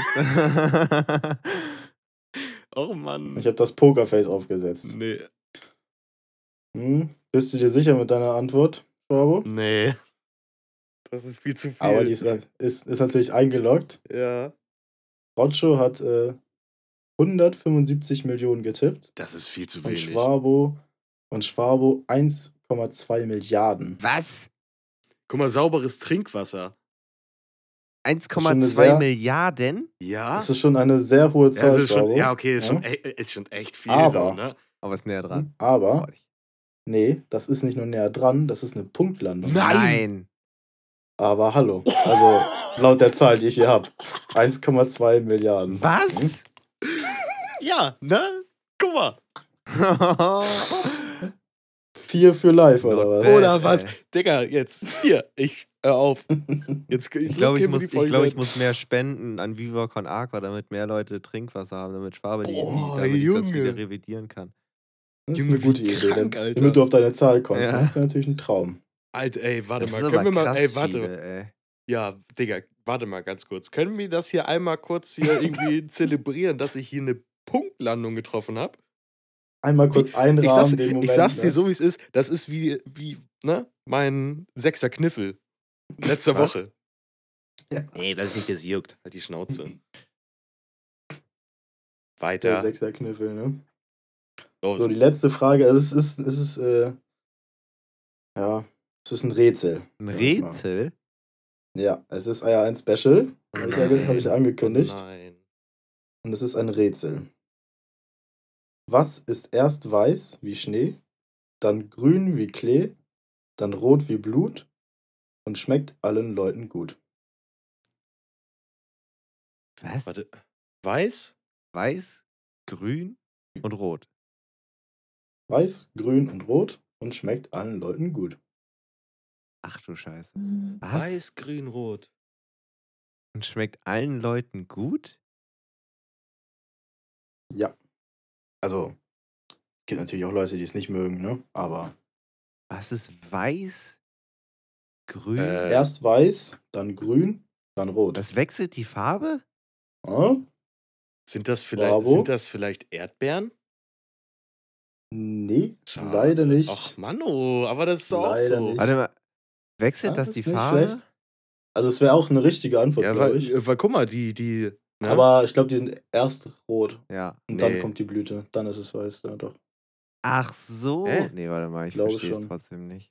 Speaker 2: bist?
Speaker 3: Oh Mann.
Speaker 4: Ich habe das Pokerface aufgesetzt.
Speaker 3: nee.
Speaker 4: Hm? Bist du dir sicher mit deiner Antwort,
Speaker 3: Hm,
Speaker 4: Schwabo?
Speaker 3: Nee. Das ist viel zu viel.
Speaker 4: Aber die ist, ist, ist natürlich eingeloggt.
Speaker 3: ja.
Speaker 4: Rocho hat äh, 175 Millionen getippt
Speaker 3: Das ist viel zu
Speaker 4: und
Speaker 3: wenig.
Speaker 4: Schwabo, und Schwabo 1,2 Milliarden.
Speaker 2: was?
Speaker 3: Guck mal, sauberes Trinkwasser.
Speaker 4: eine
Speaker 2: 1,2
Speaker 4: sehr-
Speaker 2: Milliarden?
Speaker 3: Ja.
Speaker 4: Das ist schon eine sehr hohe
Speaker 3: ja,
Speaker 4: Zahl,
Speaker 3: das ist schon,
Speaker 4: Schwabo.
Speaker 3: ja, okay, ist,
Speaker 4: Ja.
Speaker 3: Schon, e- ist schon echt viel.
Speaker 4: Aber-
Speaker 3: so, ne?
Speaker 2: Aber Oh, ist näher dran.
Speaker 4: Hm, Aber
Speaker 2: Boah, ich-
Speaker 4: Nee, das ist nicht nur näher dran, das ist eine Punktlandung.
Speaker 3: Nein!
Speaker 2: Nein.
Speaker 4: Aber hallo. Also, laut der Zahl, die ich hier habe. 1,2 Milliarden.
Speaker 2: Was?
Speaker 3: Ja, ne? Guck mal. Hm?
Speaker 4: Vier für live,
Speaker 2: Not
Speaker 4: oder was?
Speaker 2: bad,
Speaker 3: Oder was? Äh,
Speaker 2: ey.
Speaker 3: Digga, jetzt. Hier, ich. Hör auf. Jetzt,
Speaker 2: Ich glaube, ich, muss- ich, glaub, ich muss mehr spenden an Viva Con Aqua, damit mehr Leute Trinkwasser haben, damit Schwabe die,
Speaker 3: Boah,
Speaker 2: die damit ich das
Speaker 3: Junge.
Speaker 2: wieder revidieren kann.
Speaker 4: Das ist
Speaker 3: Junge,
Speaker 4: eine
Speaker 3: wie
Speaker 4: gute Idee.
Speaker 3: krank,
Speaker 4: dann-
Speaker 3: Alter.
Speaker 4: damit du auf deine Zahl kommst. ne?
Speaker 2: Ja.
Speaker 4: Das ist natürlich ein Traum.
Speaker 3: Alter, ey, warte
Speaker 2: Das
Speaker 3: mal.
Speaker 2: ist
Speaker 3: Können
Speaker 2: aber
Speaker 3: wir mal.
Speaker 2: krass
Speaker 3: Ey, warte mal.
Speaker 2: viele, ey.
Speaker 3: Ja, Digga, warte mal ganz kurz. Können wir das hier einmal kurz hier irgendwie zelebrieren, dass ich hier eine Punktlandung getroffen habe?
Speaker 4: Einmal kurz einrahmen.
Speaker 3: Ich sag's,
Speaker 4: den Moment,
Speaker 3: ich sag's dir
Speaker 4: ne?
Speaker 3: so, wie es ist. Das ist wie, wie ne? mein sechster Kniffel. Letzter
Speaker 2: Was?
Speaker 3: Woche.
Speaker 4: Ja. Hm.
Speaker 3: Nee, dass mich das juckt. Halt die Schnauze.
Speaker 4: Der
Speaker 3: Weiter.
Speaker 4: Sechserkniffel, ne?
Speaker 3: Los.
Speaker 4: So, die letzte Frage. Also, es ist, es ist, äh, ja, es ist ein Rätsel.
Speaker 2: Ein
Speaker 4: Ja,
Speaker 2: Rätsel?
Speaker 4: Ja, es ist ja ein Special. Habe ich, ange- hab ich angekündigt.
Speaker 3: Nein.
Speaker 4: Und es ist ein Rätsel. Was ist erst weiß wie Schnee, dann grün wie Klee, dann rot wie Blut und schmeckt allen Leuten gut?
Speaker 2: Was?
Speaker 3: Warte. Weiß?
Speaker 2: Weiß, grün und rot.
Speaker 4: Weiß, grün und rot und schmeckt allen Leuten gut.
Speaker 2: Ach du Scheiße.
Speaker 4: Mhm.
Speaker 2: Was?
Speaker 3: Weiß, grün, rot.
Speaker 2: Und schmeckt allen Leuten gut?
Speaker 4: Ja. Also, gibt natürlich auch Leute, die es nicht mögen, ne? Aber
Speaker 2: Was ist weiß, grün?
Speaker 3: Äh.
Speaker 4: erst weiß, dann grün, dann rot.
Speaker 2: Das wechselt die Farbe?
Speaker 4: Ah?
Speaker 3: Sind das vielleicht,
Speaker 4: Bravo.
Speaker 3: sind das vielleicht Erdbeeren?
Speaker 4: Nee,
Speaker 3: Schade.
Speaker 4: leider nicht.
Speaker 3: Ach, Mann, oh, aber das ist doch auch
Speaker 4: Leider
Speaker 3: so.
Speaker 4: nicht.
Speaker 2: Warte mal. Wechselt
Speaker 4: Ja,
Speaker 2: das
Speaker 4: ist
Speaker 2: die
Speaker 4: nicht
Speaker 2: Farbe? äh,
Speaker 4: schlecht. Also, es wäre auch eine richtige Antwort,
Speaker 3: Ja,
Speaker 4: glaube ich.
Speaker 3: weil, weil guck mal, die, die. ne?
Speaker 4: Aber ich glaube, die sind erst rot.
Speaker 2: Ja.
Speaker 4: Und
Speaker 3: Nee.
Speaker 4: dann kommt die Blüte. Dann ist es weiß, ja doch.
Speaker 2: Ach so.
Speaker 3: Hä?
Speaker 2: Nee, warte mal, ich
Speaker 4: Glaube
Speaker 2: verstehe es
Speaker 4: schon.
Speaker 2: trotzdem nicht.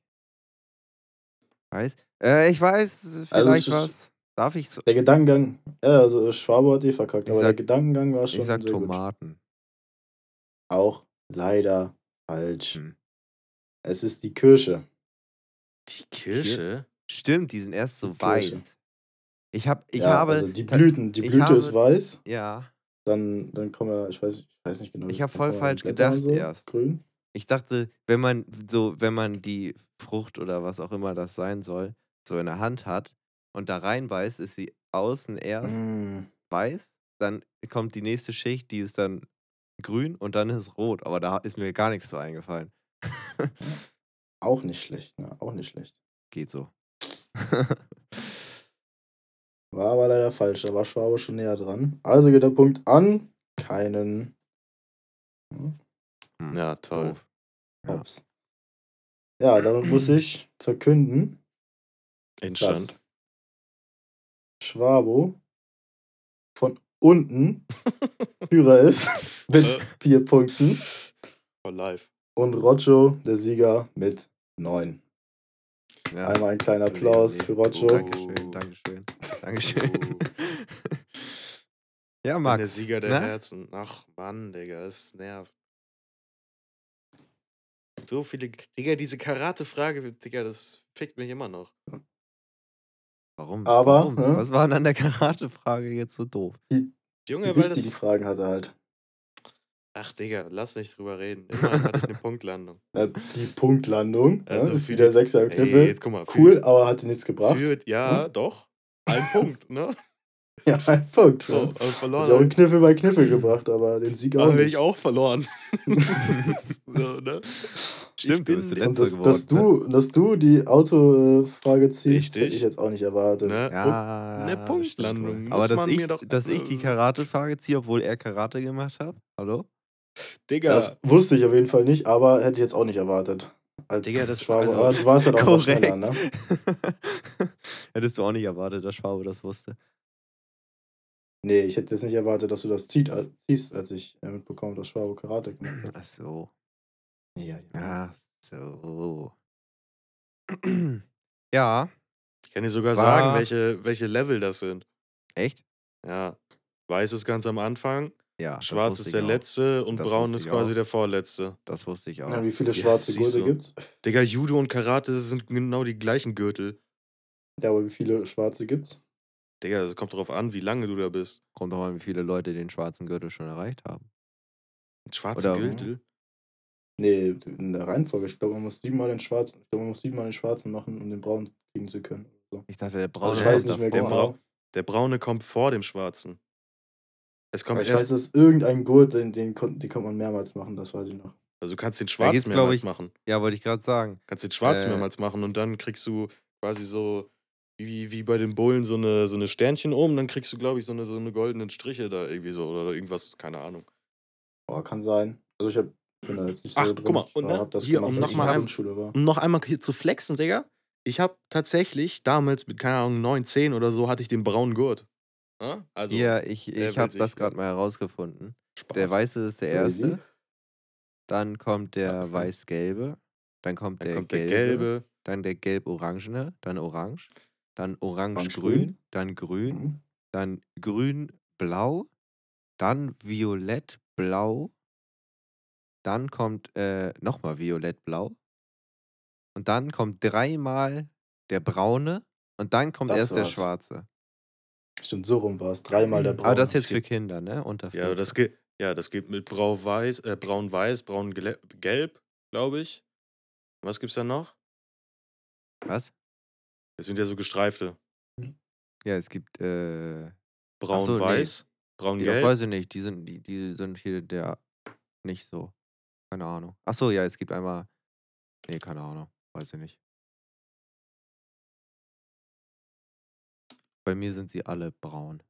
Speaker 2: Weiß? Äh, ich weiß, vielleicht
Speaker 4: Also es ist-
Speaker 2: was. Darf ich so?
Speaker 4: Der Gedankengang, ja, also Schwabe hat eh verkackt,
Speaker 2: Ich
Speaker 4: aber der
Speaker 2: sag-
Speaker 4: Gedankengang war schon
Speaker 2: Ich sag
Speaker 4: sehr gut.
Speaker 2: Tomaten.
Speaker 4: Auch leider falsch.
Speaker 2: Hm.
Speaker 4: Es ist die Kirsche.
Speaker 3: Die Kirsche?
Speaker 2: Stimmt, die sind erst so
Speaker 4: Die Kirsche.
Speaker 2: weiß. Ich, hab, ich
Speaker 4: ja,
Speaker 2: habe.
Speaker 4: also die
Speaker 2: ta-
Speaker 4: Blüten, die
Speaker 2: ich
Speaker 4: Blüte ist
Speaker 2: habe-
Speaker 4: weiß,
Speaker 2: Ja.
Speaker 4: dann, dann kommen wir, ich weiß, ich weiß nicht genau.
Speaker 2: Ich
Speaker 4: wie-
Speaker 2: hab voll
Speaker 4: dann kommen wir an
Speaker 2: falsch
Speaker 4: Blätter und
Speaker 2: gedacht erst.
Speaker 4: Grün.
Speaker 2: Ich dachte, wenn man so, wenn man die Frucht oder was auch immer das sein soll, so in der Hand hat und da reinbeißt, ist sie außen erst
Speaker 4: Mm.
Speaker 2: weiß, dann kommt die nächste Schicht, die ist dann grün und dann ist rot. Aber da ist mir gar nichts so eingefallen.
Speaker 4: Auch nicht schlecht, ne? Auch nicht schlecht.
Speaker 2: Geht so.
Speaker 4: War aber leider falsch, da war Schwabe schon näher dran. Also geht der Punkt an. Keinen
Speaker 3: Ja, toll.
Speaker 2: Doof. Ja.
Speaker 4: Hops. Ja, damit muss ich verkünden,
Speaker 3: Endstand.
Speaker 4: dass Schwabo von unten Führer ist mit
Speaker 3: Äh.
Speaker 4: vier Punkten
Speaker 3: For life.
Speaker 4: und Rocho der Sieger mit neun.
Speaker 2: Ja.
Speaker 4: Einmal ein kleiner Applaus für Rocho.
Speaker 2: Dankeschön, Dankeschön. Dankeschön. ja,
Speaker 3: Bin der
Speaker 2: Max.
Speaker 3: Sieger der
Speaker 2: ne?
Speaker 3: Herzen. Ach Mann, Digga, es nervt. So viele. Digga, diese Karate-Frage, Digga, das fickt mich immer noch.
Speaker 2: Warum?
Speaker 4: Aber,
Speaker 2: Warum?
Speaker 4: ne?
Speaker 2: Was war denn an der Karate-Frage jetzt so doof?
Speaker 3: Junge,
Speaker 4: Die
Speaker 3: weil
Speaker 4: wichtigen
Speaker 3: das.
Speaker 4: Fragen hat er halt.
Speaker 3: Ach, Digga, lass nicht drüber reden. Immerhin hatte ich eine Punktlandung.
Speaker 4: Ja, die Punktlandung
Speaker 3: Also
Speaker 4: ne, ist
Speaker 3: für
Speaker 4: wieder
Speaker 3: die-
Speaker 4: sechser
Speaker 3: Ey,
Speaker 4: Kniffe.
Speaker 3: jetzt guck mal. für-
Speaker 4: Cool, ne? aber hat dir nichts gebracht.
Speaker 3: Für, ja, doch. Ein Punkt, ne?
Speaker 4: Ja, ein Punkt.
Speaker 3: So,
Speaker 4: Ne?
Speaker 3: also
Speaker 4: Hat ja auch
Speaker 3: verloren.
Speaker 4: einen Kniffel bei Kniffel gebracht, aber den Sieg auch
Speaker 3: Also bin
Speaker 4: nicht.
Speaker 3: ich auch verloren. so, ne?
Speaker 2: Stimmt, du bist
Speaker 3: bin-
Speaker 2: der
Speaker 4: Und
Speaker 2: Letzte
Speaker 4: dass, dass,
Speaker 2: geworden, ne?
Speaker 4: du, dass du die Autofrage ziehst,
Speaker 3: ne? Richtig.
Speaker 4: hätte ich jetzt auch nicht erwartet.
Speaker 3: ne? Und
Speaker 2: Ja,
Speaker 3: eine
Speaker 2: das stimmt
Speaker 3: Punktlandung
Speaker 2: wohl.
Speaker 3: muss
Speaker 2: Aber dass
Speaker 3: man
Speaker 2: ich,
Speaker 3: mir doch- ähm,
Speaker 2: dass ich die Karate-Frage ziehe, obwohl er Karate gemacht hat. Hallo?
Speaker 3: Digga,
Speaker 4: Das wusste ich auf jeden Fall nicht, aber hätte ich jetzt auch nicht erwartet. Als
Speaker 3: Digga, das-
Speaker 4: Schwabe.
Speaker 3: also-
Speaker 4: aber du warst halt auch noch
Speaker 2: Korrekt.
Speaker 4: schneller, ne?
Speaker 2: Hättest du auch nicht erwartet, dass Schwabe das wusste.
Speaker 4: Nee, ich hätte jetzt nicht erwartet, dass du das zieht, als, ziehst, als ich äh, mitbekommen dass Schwabo Karate gemacht hat.
Speaker 2: Ach so.
Speaker 4: Ja,
Speaker 2: Ach so. ja,
Speaker 3: ich kann dir sogar
Speaker 2: war-
Speaker 3: sagen, welche, welche Level das sind.
Speaker 2: echt?
Speaker 3: Ja. Weiß ist ganz am Anfang,
Speaker 2: Ja. das
Speaker 3: schwarz
Speaker 2: wusste
Speaker 3: ist
Speaker 2: ich
Speaker 3: der
Speaker 2: auch.
Speaker 3: letzte und
Speaker 2: Das
Speaker 3: braun
Speaker 2: wusste
Speaker 3: ist
Speaker 2: ich
Speaker 3: quasi
Speaker 2: auch.
Speaker 3: der vorletzte.
Speaker 2: Das wusste ich auch.
Speaker 4: Ja, wie viele
Speaker 3: Ja,
Speaker 4: schwarze
Speaker 3: siehst
Speaker 4: Gürtel
Speaker 3: du.
Speaker 4: gibt's?
Speaker 3: Digga, Judo und Karate sind genau die gleichen Gürtel.
Speaker 4: Ja, aber wie viele schwarze gibt's?
Speaker 3: Digga, das kommt drauf an, wie lange du da bist.
Speaker 2: Kommt doch an, wie viele Leute den schwarzen Gürtel schon erreicht haben.
Speaker 3: Schwarze
Speaker 2: Oder-
Speaker 3: Gürtel?
Speaker 4: Nee, in der Reihenfolge. Ich glaube, man muss siebenmal den schwarzen, ich glaube, man muss siebenmal den schwarzen machen, um den braunen kriegen zu können. So.
Speaker 2: Ich dachte, der
Speaker 4: Also
Speaker 2: braune
Speaker 4: ich
Speaker 3: der
Speaker 4: weiß
Speaker 2: kommt
Speaker 4: nicht mehr
Speaker 2: davor.
Speaker 3: der
Speaker 4: genau.
Speaker 3: Der braune kommt vor dem schwarzen. Es kommt
Speaker 4: Aber ich
Speaker 3: erst
Speaker 4: weiß, dass irgendein Gurt, den, den, kon den konnte man mehrmals machen, das weiß ich noch.
Speaker 3: Also du kannst den
Speaker 2: Da
Speaker 3: schwarz
Speaker 2: geht's, glaub
Speaker 3: mehrmals
Speaker 2: ich-
Speaker 3: machen.
Speaker 2: Ja, wollte ich gerade sagen.
Speaker 3: Kannst den schwarz
Speaker 2: Äh.
Speaker 3: mehrmals machen und dann kriegst du quasi so wie, wie bei den Bullen so eine, so eine Sternchen oben, dann kriegst du, glaube ich, so eine, so eine goldenen Striche da irgendwie so oder irgendwas, keine Ahnung.
Speaker 4: Boah, kann sein. Also ich hab, bin da jetzt nicht so
Speaker 3: Ach,
Speaker 4: drin.
Speaker 3: guck mal,
Speaker 4: Ich
Speaker 3: und
Speaker 4: war-
Speaker 3: ne?
Speaker 4: hab das
Speaker 3: Hier,
Speaker 4: gemacht,
Speaker 3: um
Speaker 4: als
Speaker 3: noch
Speaker 4: ich
Speaker 3: mal
Speaker 4: in der
Speaker 3: ein-
Speaker 4: Grundschule war.
Speaker 3: Um noch einmal hier zu flexen, Digga, ich habe tatsächlich damals mit, keine Ahnung, 9, 10 oder so, hatte ich den braunen Gurt. Ja? Also,
Speaker 2: ja, ich,
Speaker 3: der
Speaker 2: ich
Speaker 3: will
Speaker 2: habe
Speaker 3: sich-
Speaker 2: das gerade mal herausgefunden.
Speaker 3: Spaß.
Speaker 2: Der weiße ist der
Speaker 4: Easy.
Speaker 2: erste, dann kommt der
Speaker 3: Okay.
Speaker 2: weiß-gelbe, dann kommt
Speaker 3: dann
Speaker 2: der
Speaker 3: kommt
Speaker 2: gelbe,
Speaker 3: der gelbe.
Speaker 2: dann der gelb-orangene, dann orange, dann orange-grün,
Speaker 4: Orange-grün.
Speaker 2: dann grün,
Speaker 4: Mhm.
Speaker 2: dann grün-blau, dann violett-blau, dann kommt äh, nochmal violett-blau und dann kommt dreimal der braune und dann kommt
Speaker 4: Das
Speaker 2: erst der
Speaker 4: war's.
Speaker 2: schwarze.
Speaker 4: Stimmt, so rum war es. Dreimal der braune.
Speaker 2: Aber Ah, das ist jetzt
Speaker 3: es
Speaker 2: für
Speaker 3: gibt-
Speaker 2: Kinder, ne? Unter
Speaker 3: Ja,
Speaker 2: 15.
Speaker 3: das geht, ja, das geht mit Brau-Weiß, äh, Braun-Weiß, Braun-Gelb, glaube ich. Was gibt's da noch?
Speaker 2: Was?
Speaker 3: Das sind ja so gestreifte.
Speaker 2: Ja, es gibt äh, Ach so, nee.
Speaker 3: Braun-Weiß,
Speaker 2: Die, ja,
Speaker 3: Braun-Gelb.
Speaker 2: weiß ich nicht, die sind, die, die sind hier der nicht so. Keine Ahnung. Achso, ja, es gibt einmal. Nee, keine Ahnung. Weiß ich nicht. Bei mir sind sie alle braun.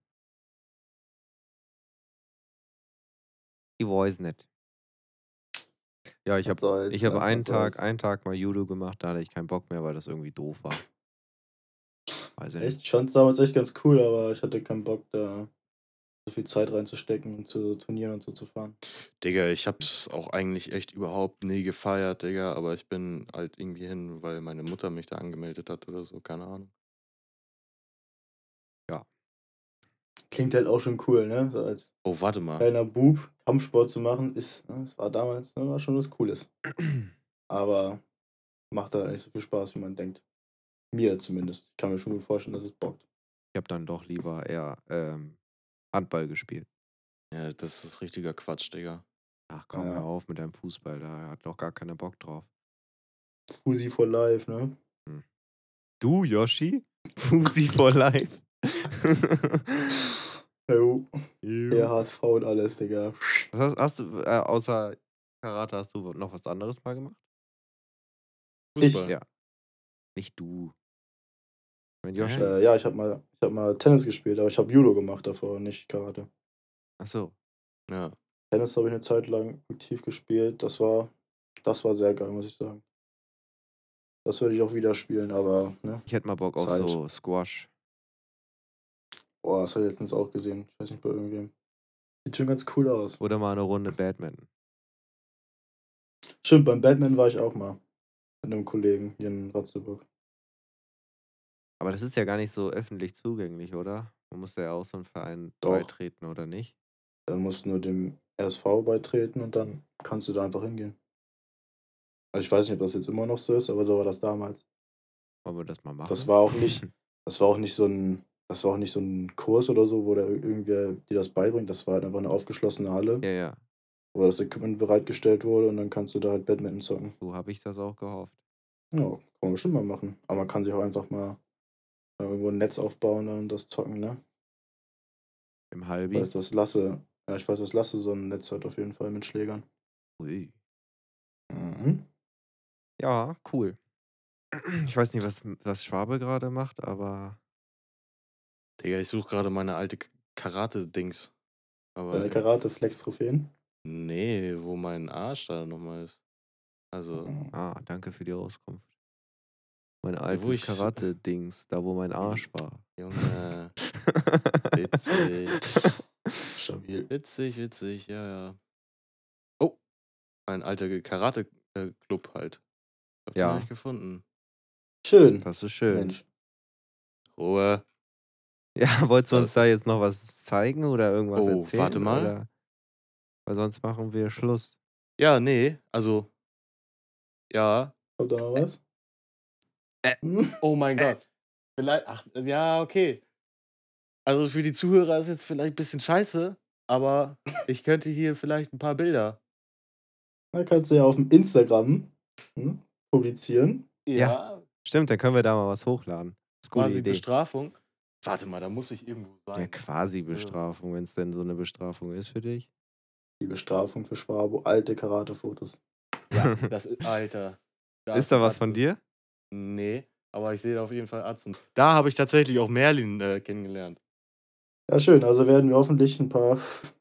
Speaker 2: Ich weiß nicht. Ja, ich
Speaker 4: Was
Speaker 2: habe
Speaker 4: soll's,
Speaker 2: ich hab
Speaker 4: ne? Was
Speaker 2: einen Tag,
Speaker 4: soll's.
Speaker 2: einen Tag mal Judo gemacht, da hatte ich keinen Bock mehr, weil das irgendwie doof war. Weiß ich
Speaker 4: Echt,
Speaker 2: nicht.
Speaker 4: ich fand's damals echt ganz cool, aber ich hatte keinen Bock, da so viel Zeit reinzustecken und zu turnieren und so zu fahren.
Speaker 3: Digga, ich hab's auch eigentlich echt überhaupt nie gefeiert, Digga, aber ich bin halt irgendwie hin, weil meine Mutter mich da angemeldet hat oder so, keine Ahnung.
Speaker 4: Klingt halt auch schon cool, ne? So als
Speaker 3: Oh, warte
Speaker 2: Äh.
Speaker 3: mal.
Speaker 4: kleiner Bub Kampfsport zu machen, ist, ne, es war damals, ne, war schon was Cooles. Aber macht da nicht so viel Spaß, wie man denkt. Mir zumindest. Ich kann mir schon gut vorstellen, dass es bockt.
Speaker 2: Ich habe dann doch lieber eher ähm, Handball gespielt.
Speaker 3: Ja, das ist richtiger Quatsch, Digga.
Speaker 2: Ach komm,
Speaker 4: Ja.
Speaker 2: hör auf mit deinem Fußball, da hat doch gar keiner Bock drauf.
Speaker 4: Fusi for life, ne?
Speaker 2: Du, Yoshi? Fusi for life.
Speaker 4: Jo, oh, der
Speaker 2: ja.
Speaker 4: HSV und alles, Digga.
Speaker 2: Was hast, hast du, äh, außer Karate, hast du noch was anderes mal gemacht?
Speaker 4: Ich-
Speaker 3: Fußball.
Speaker 2: Ja. Nicht du. Mein
Speaker 3: Ja,
Speaker 2: Yoshi.
Speaker 4: Äh, ja, ich habe mal, ich hab mal Tennis gespielt, aber ich habe Judo gemacht davor, und nicht Karate.
Speaker 2: Achso.
Speaker 3: ja.
Speaker 4: Tennis habe ich eine Zeit lang aktiv gespielt. Das war, das war sehr geil, muss ich sagen. Das würde ich auch wieder spielen, aber ne?
Speaker 2: Ich hätte mal Bock auf
Speaker 4: Zeit.
Speaker 2: so Squash.
Speaker 4: Boah, das habe ich letztens auch gesehen. Ich weiß nicht, bei irgendwem. Sieht schon ganz cool aus.
Speaker 2: Oder mal eine Runde Badminton.
Speaker 4: Stimmt, beim Batman war ich auch mal. Mit einem Kollegen hier in Ratzeburg.
Speaker 2: Aber das ist ja gar nicht so öffentlich zugänglich, oder? Man muss ja auch so einen Verein beitreten, oder nicht?
Speaker 4: Da musst du nur dem RSV beitreten und dann kannst du da einfach hingehen. Also ich weiß nicht, ob das jetzt immer noch so ist, aber so war das damals.
Speaker 2: Wollen wir das mal machen?
Speaker 4: Das war auch nicht, das war auch nicht so ein, das war auch nicht so ein Kurs oder so, wo da ir- irgendwer dir das beibringt. Das war halt einfach eine aufgeschlossene Halle,
Speaker 2: ja, ja.
Speaker 4: wo das Equipment bereitgestellt wurde und dann kannst du da halt Badminton zocken.
Speaker 2: So habe ich das auch gehofft.
Speaker 4: Ja, kann man bestimmt mal machen. Aber man kann sich auch einfach mal äh, irgendwo ein Netz aufbauen und das zocken, ne?
Speaker 2: Im
Speaker 4: Ich
Speaker 2: Halbi.
Speaker 4: weiß, dass Lasse, ja, ich weiß, dass Lasse so ein Netz hat auf jeden Fall mit Schlägern.
Speaker 2: Ui. Mhm. Ja, cool. Ich weiß nicht, was, was Schwabe gerade macht, aber
Speaker 3: Digga, ich suche gerade meine alte K- Karate-Dings. Aber äh,
Speaker 4: Deine Karate-Flex-Trophäen.
Speaker 3: nee, wo mein Arsch da nochmal ist.
Speaker 4: Mhm.
Speaker 3: Also,
Speaker 2: ah, danke für die Auskunft. Mein
Speaker 3: wo
Speaker 2: altes
Speaker 3: ich- Hm.
Speaker 2: Karate-Dings, da wo mein Arsch war.
Speaker 3: Junge, witzig.
Speaker 4: Stabil.
Speaker 3: Witzig, witzig, ja, ja. Oh, ein alter Karate-Club halt. Hab
Speaker 2: Ja.
Speaker 3: ja. ich gefunden.
Speaker 4: Schön.
Speaker 2: Das ist schön.
Speaker 4: Mensch.
Speaker 3: Ruhe.
Speaker 2: Ja, wolltest du uns
Speaker 3: Das-
Speaker 2: da jetzt noch was zeigen oder irgendwas
Speaker 3: Oh,
Speaker 2: erzählen?
Speaker 3: warte mal.
Speaker 2: Oder? Weil sonst machen wir Schluss.
Speaker 3: Ja, nee, also. Ja.
Speaker 4: Kommt da noch was?
Speaker 2: Äh.
Speaker 4: Hm?
Speaker 3: Oh mein Gott. Vielleicht, ach, ja, okay. Also für die Zuhörer ist jetzt vielleicht ein bisschen scheiße, aber ich könnte hier vielleicht ein paar Bilder.
Speaker 4: Da kannst du ja auf dem Instagram hm, publizieren.
Speaker 2: Ja. Stimmt, dann können wir da mal was hochladen. Ist gute
Speaker 3: quasi
Speaker 2: Idee.
Speaker 3: Bestrafung. Warte mal, da muss ich irgendwo
Speaker 2: Ja,
Speaker 3: sein.
Speaker 2: quasi Bestrafung, wenn es denn so eine Bestrafung ist für dich.
Speaker 4: Die Bestrafung für Schwabo, alte Karate-Fotos.
Speaker 3: Ja, das ist, Alter.
Speaker 2: ist da was von
Speaker 3: dir?
Speaker 2: dir?
Speaker 3: Nee, aber ich sehe da auf jeden Fall Atzen. Da habe ich tatsächlich auch Merlin äh, kennengelernt.
Speaker 4: Ja, schön. Also werden wir hoffentlich ein paar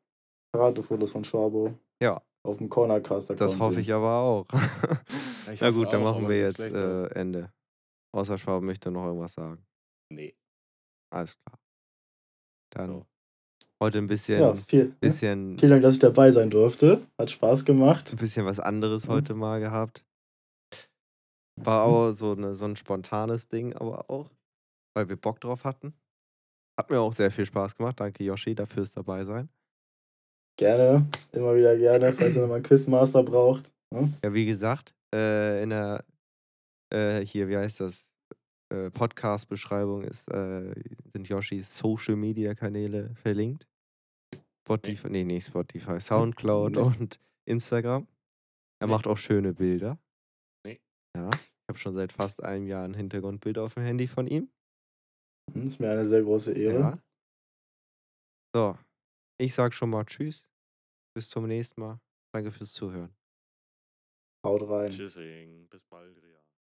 Speaker 4: Karate-Fotos von Schwabo
Speaker 2: Ja.
Speaker 4: auf dem Cornercast
Speaker 2: Das hoffe ich aber auch.
Speaker 3: ich
Speaker 2: Na
Speaker 3: hoffe
Speaker 2: gut, dann
Speaker 3: auch,
Speaker 2: machen
Speaker 3: aber
Speaker 2: wir
Speaker 3: so
Speaker 2: jetzt
Speaker 3: schlecht
Speaker 2: äh, Ende. Außer Schwab möchte noch irgendwas sagen.
Speaker 3: Nee.
Speaker 2: Alles klar. Dann
Speaker 3: So.
Speaker 2: heute ein bisschen,
Speaker 4: Ja, viel, ne?
Speaker 2: bisschen,
Speaker 4: vielen Dank, dass ich dabei sein durfte. Hat Spaß gemacht.
Speaker 2: ein bisschen was anderes
Speaker 4: Mhm.
Speaker 2: heute mal gehabt. War
Speaker 4: Hm.
Speaker 2: auch so, ne, so ein spontanes Ding, aber auch, weil wir Bock drauf hatten. Hat mir auch sehr viel Spaß gemacht. Danke, Yoshi, dafür fürs dabei sein.
Speaker 4: Gerne, immer wieder gerne, falls ihr nochmal einen Quizmaster braucht. Ne?
Speaker 2: Ja, wie gesagt, äh, in der, äh, hier, wie heißt das, äh, Podcast-Beschreibung ist, äh, sind Yoshis Social-Media-Kanäle verlinkt. Spotify, nee, nicht Spotify, Soundcloud
Speaker 4: Nee.
Speaker 2: und Instagram. Er
Speaker 3: Nee.
Speaker 2: macht auch schöne Bilder.
Speaker 3: Nee.
Speaker 2: Ja, ich habe schon seit fast einem Jahr ein Hintergrundbild auf dem Handy von ihm.
Speaker 4: Hm, Ist mir eine sehr große Ehre.
Speaker 2: Ja. So, ich sag schon mal Tschüss. Bis zum nächsten Mal. Danke fürs Zuhören.
Speaker 4: Haut rein.
Speaker 3: Tschüssing. Bis bald, Ria.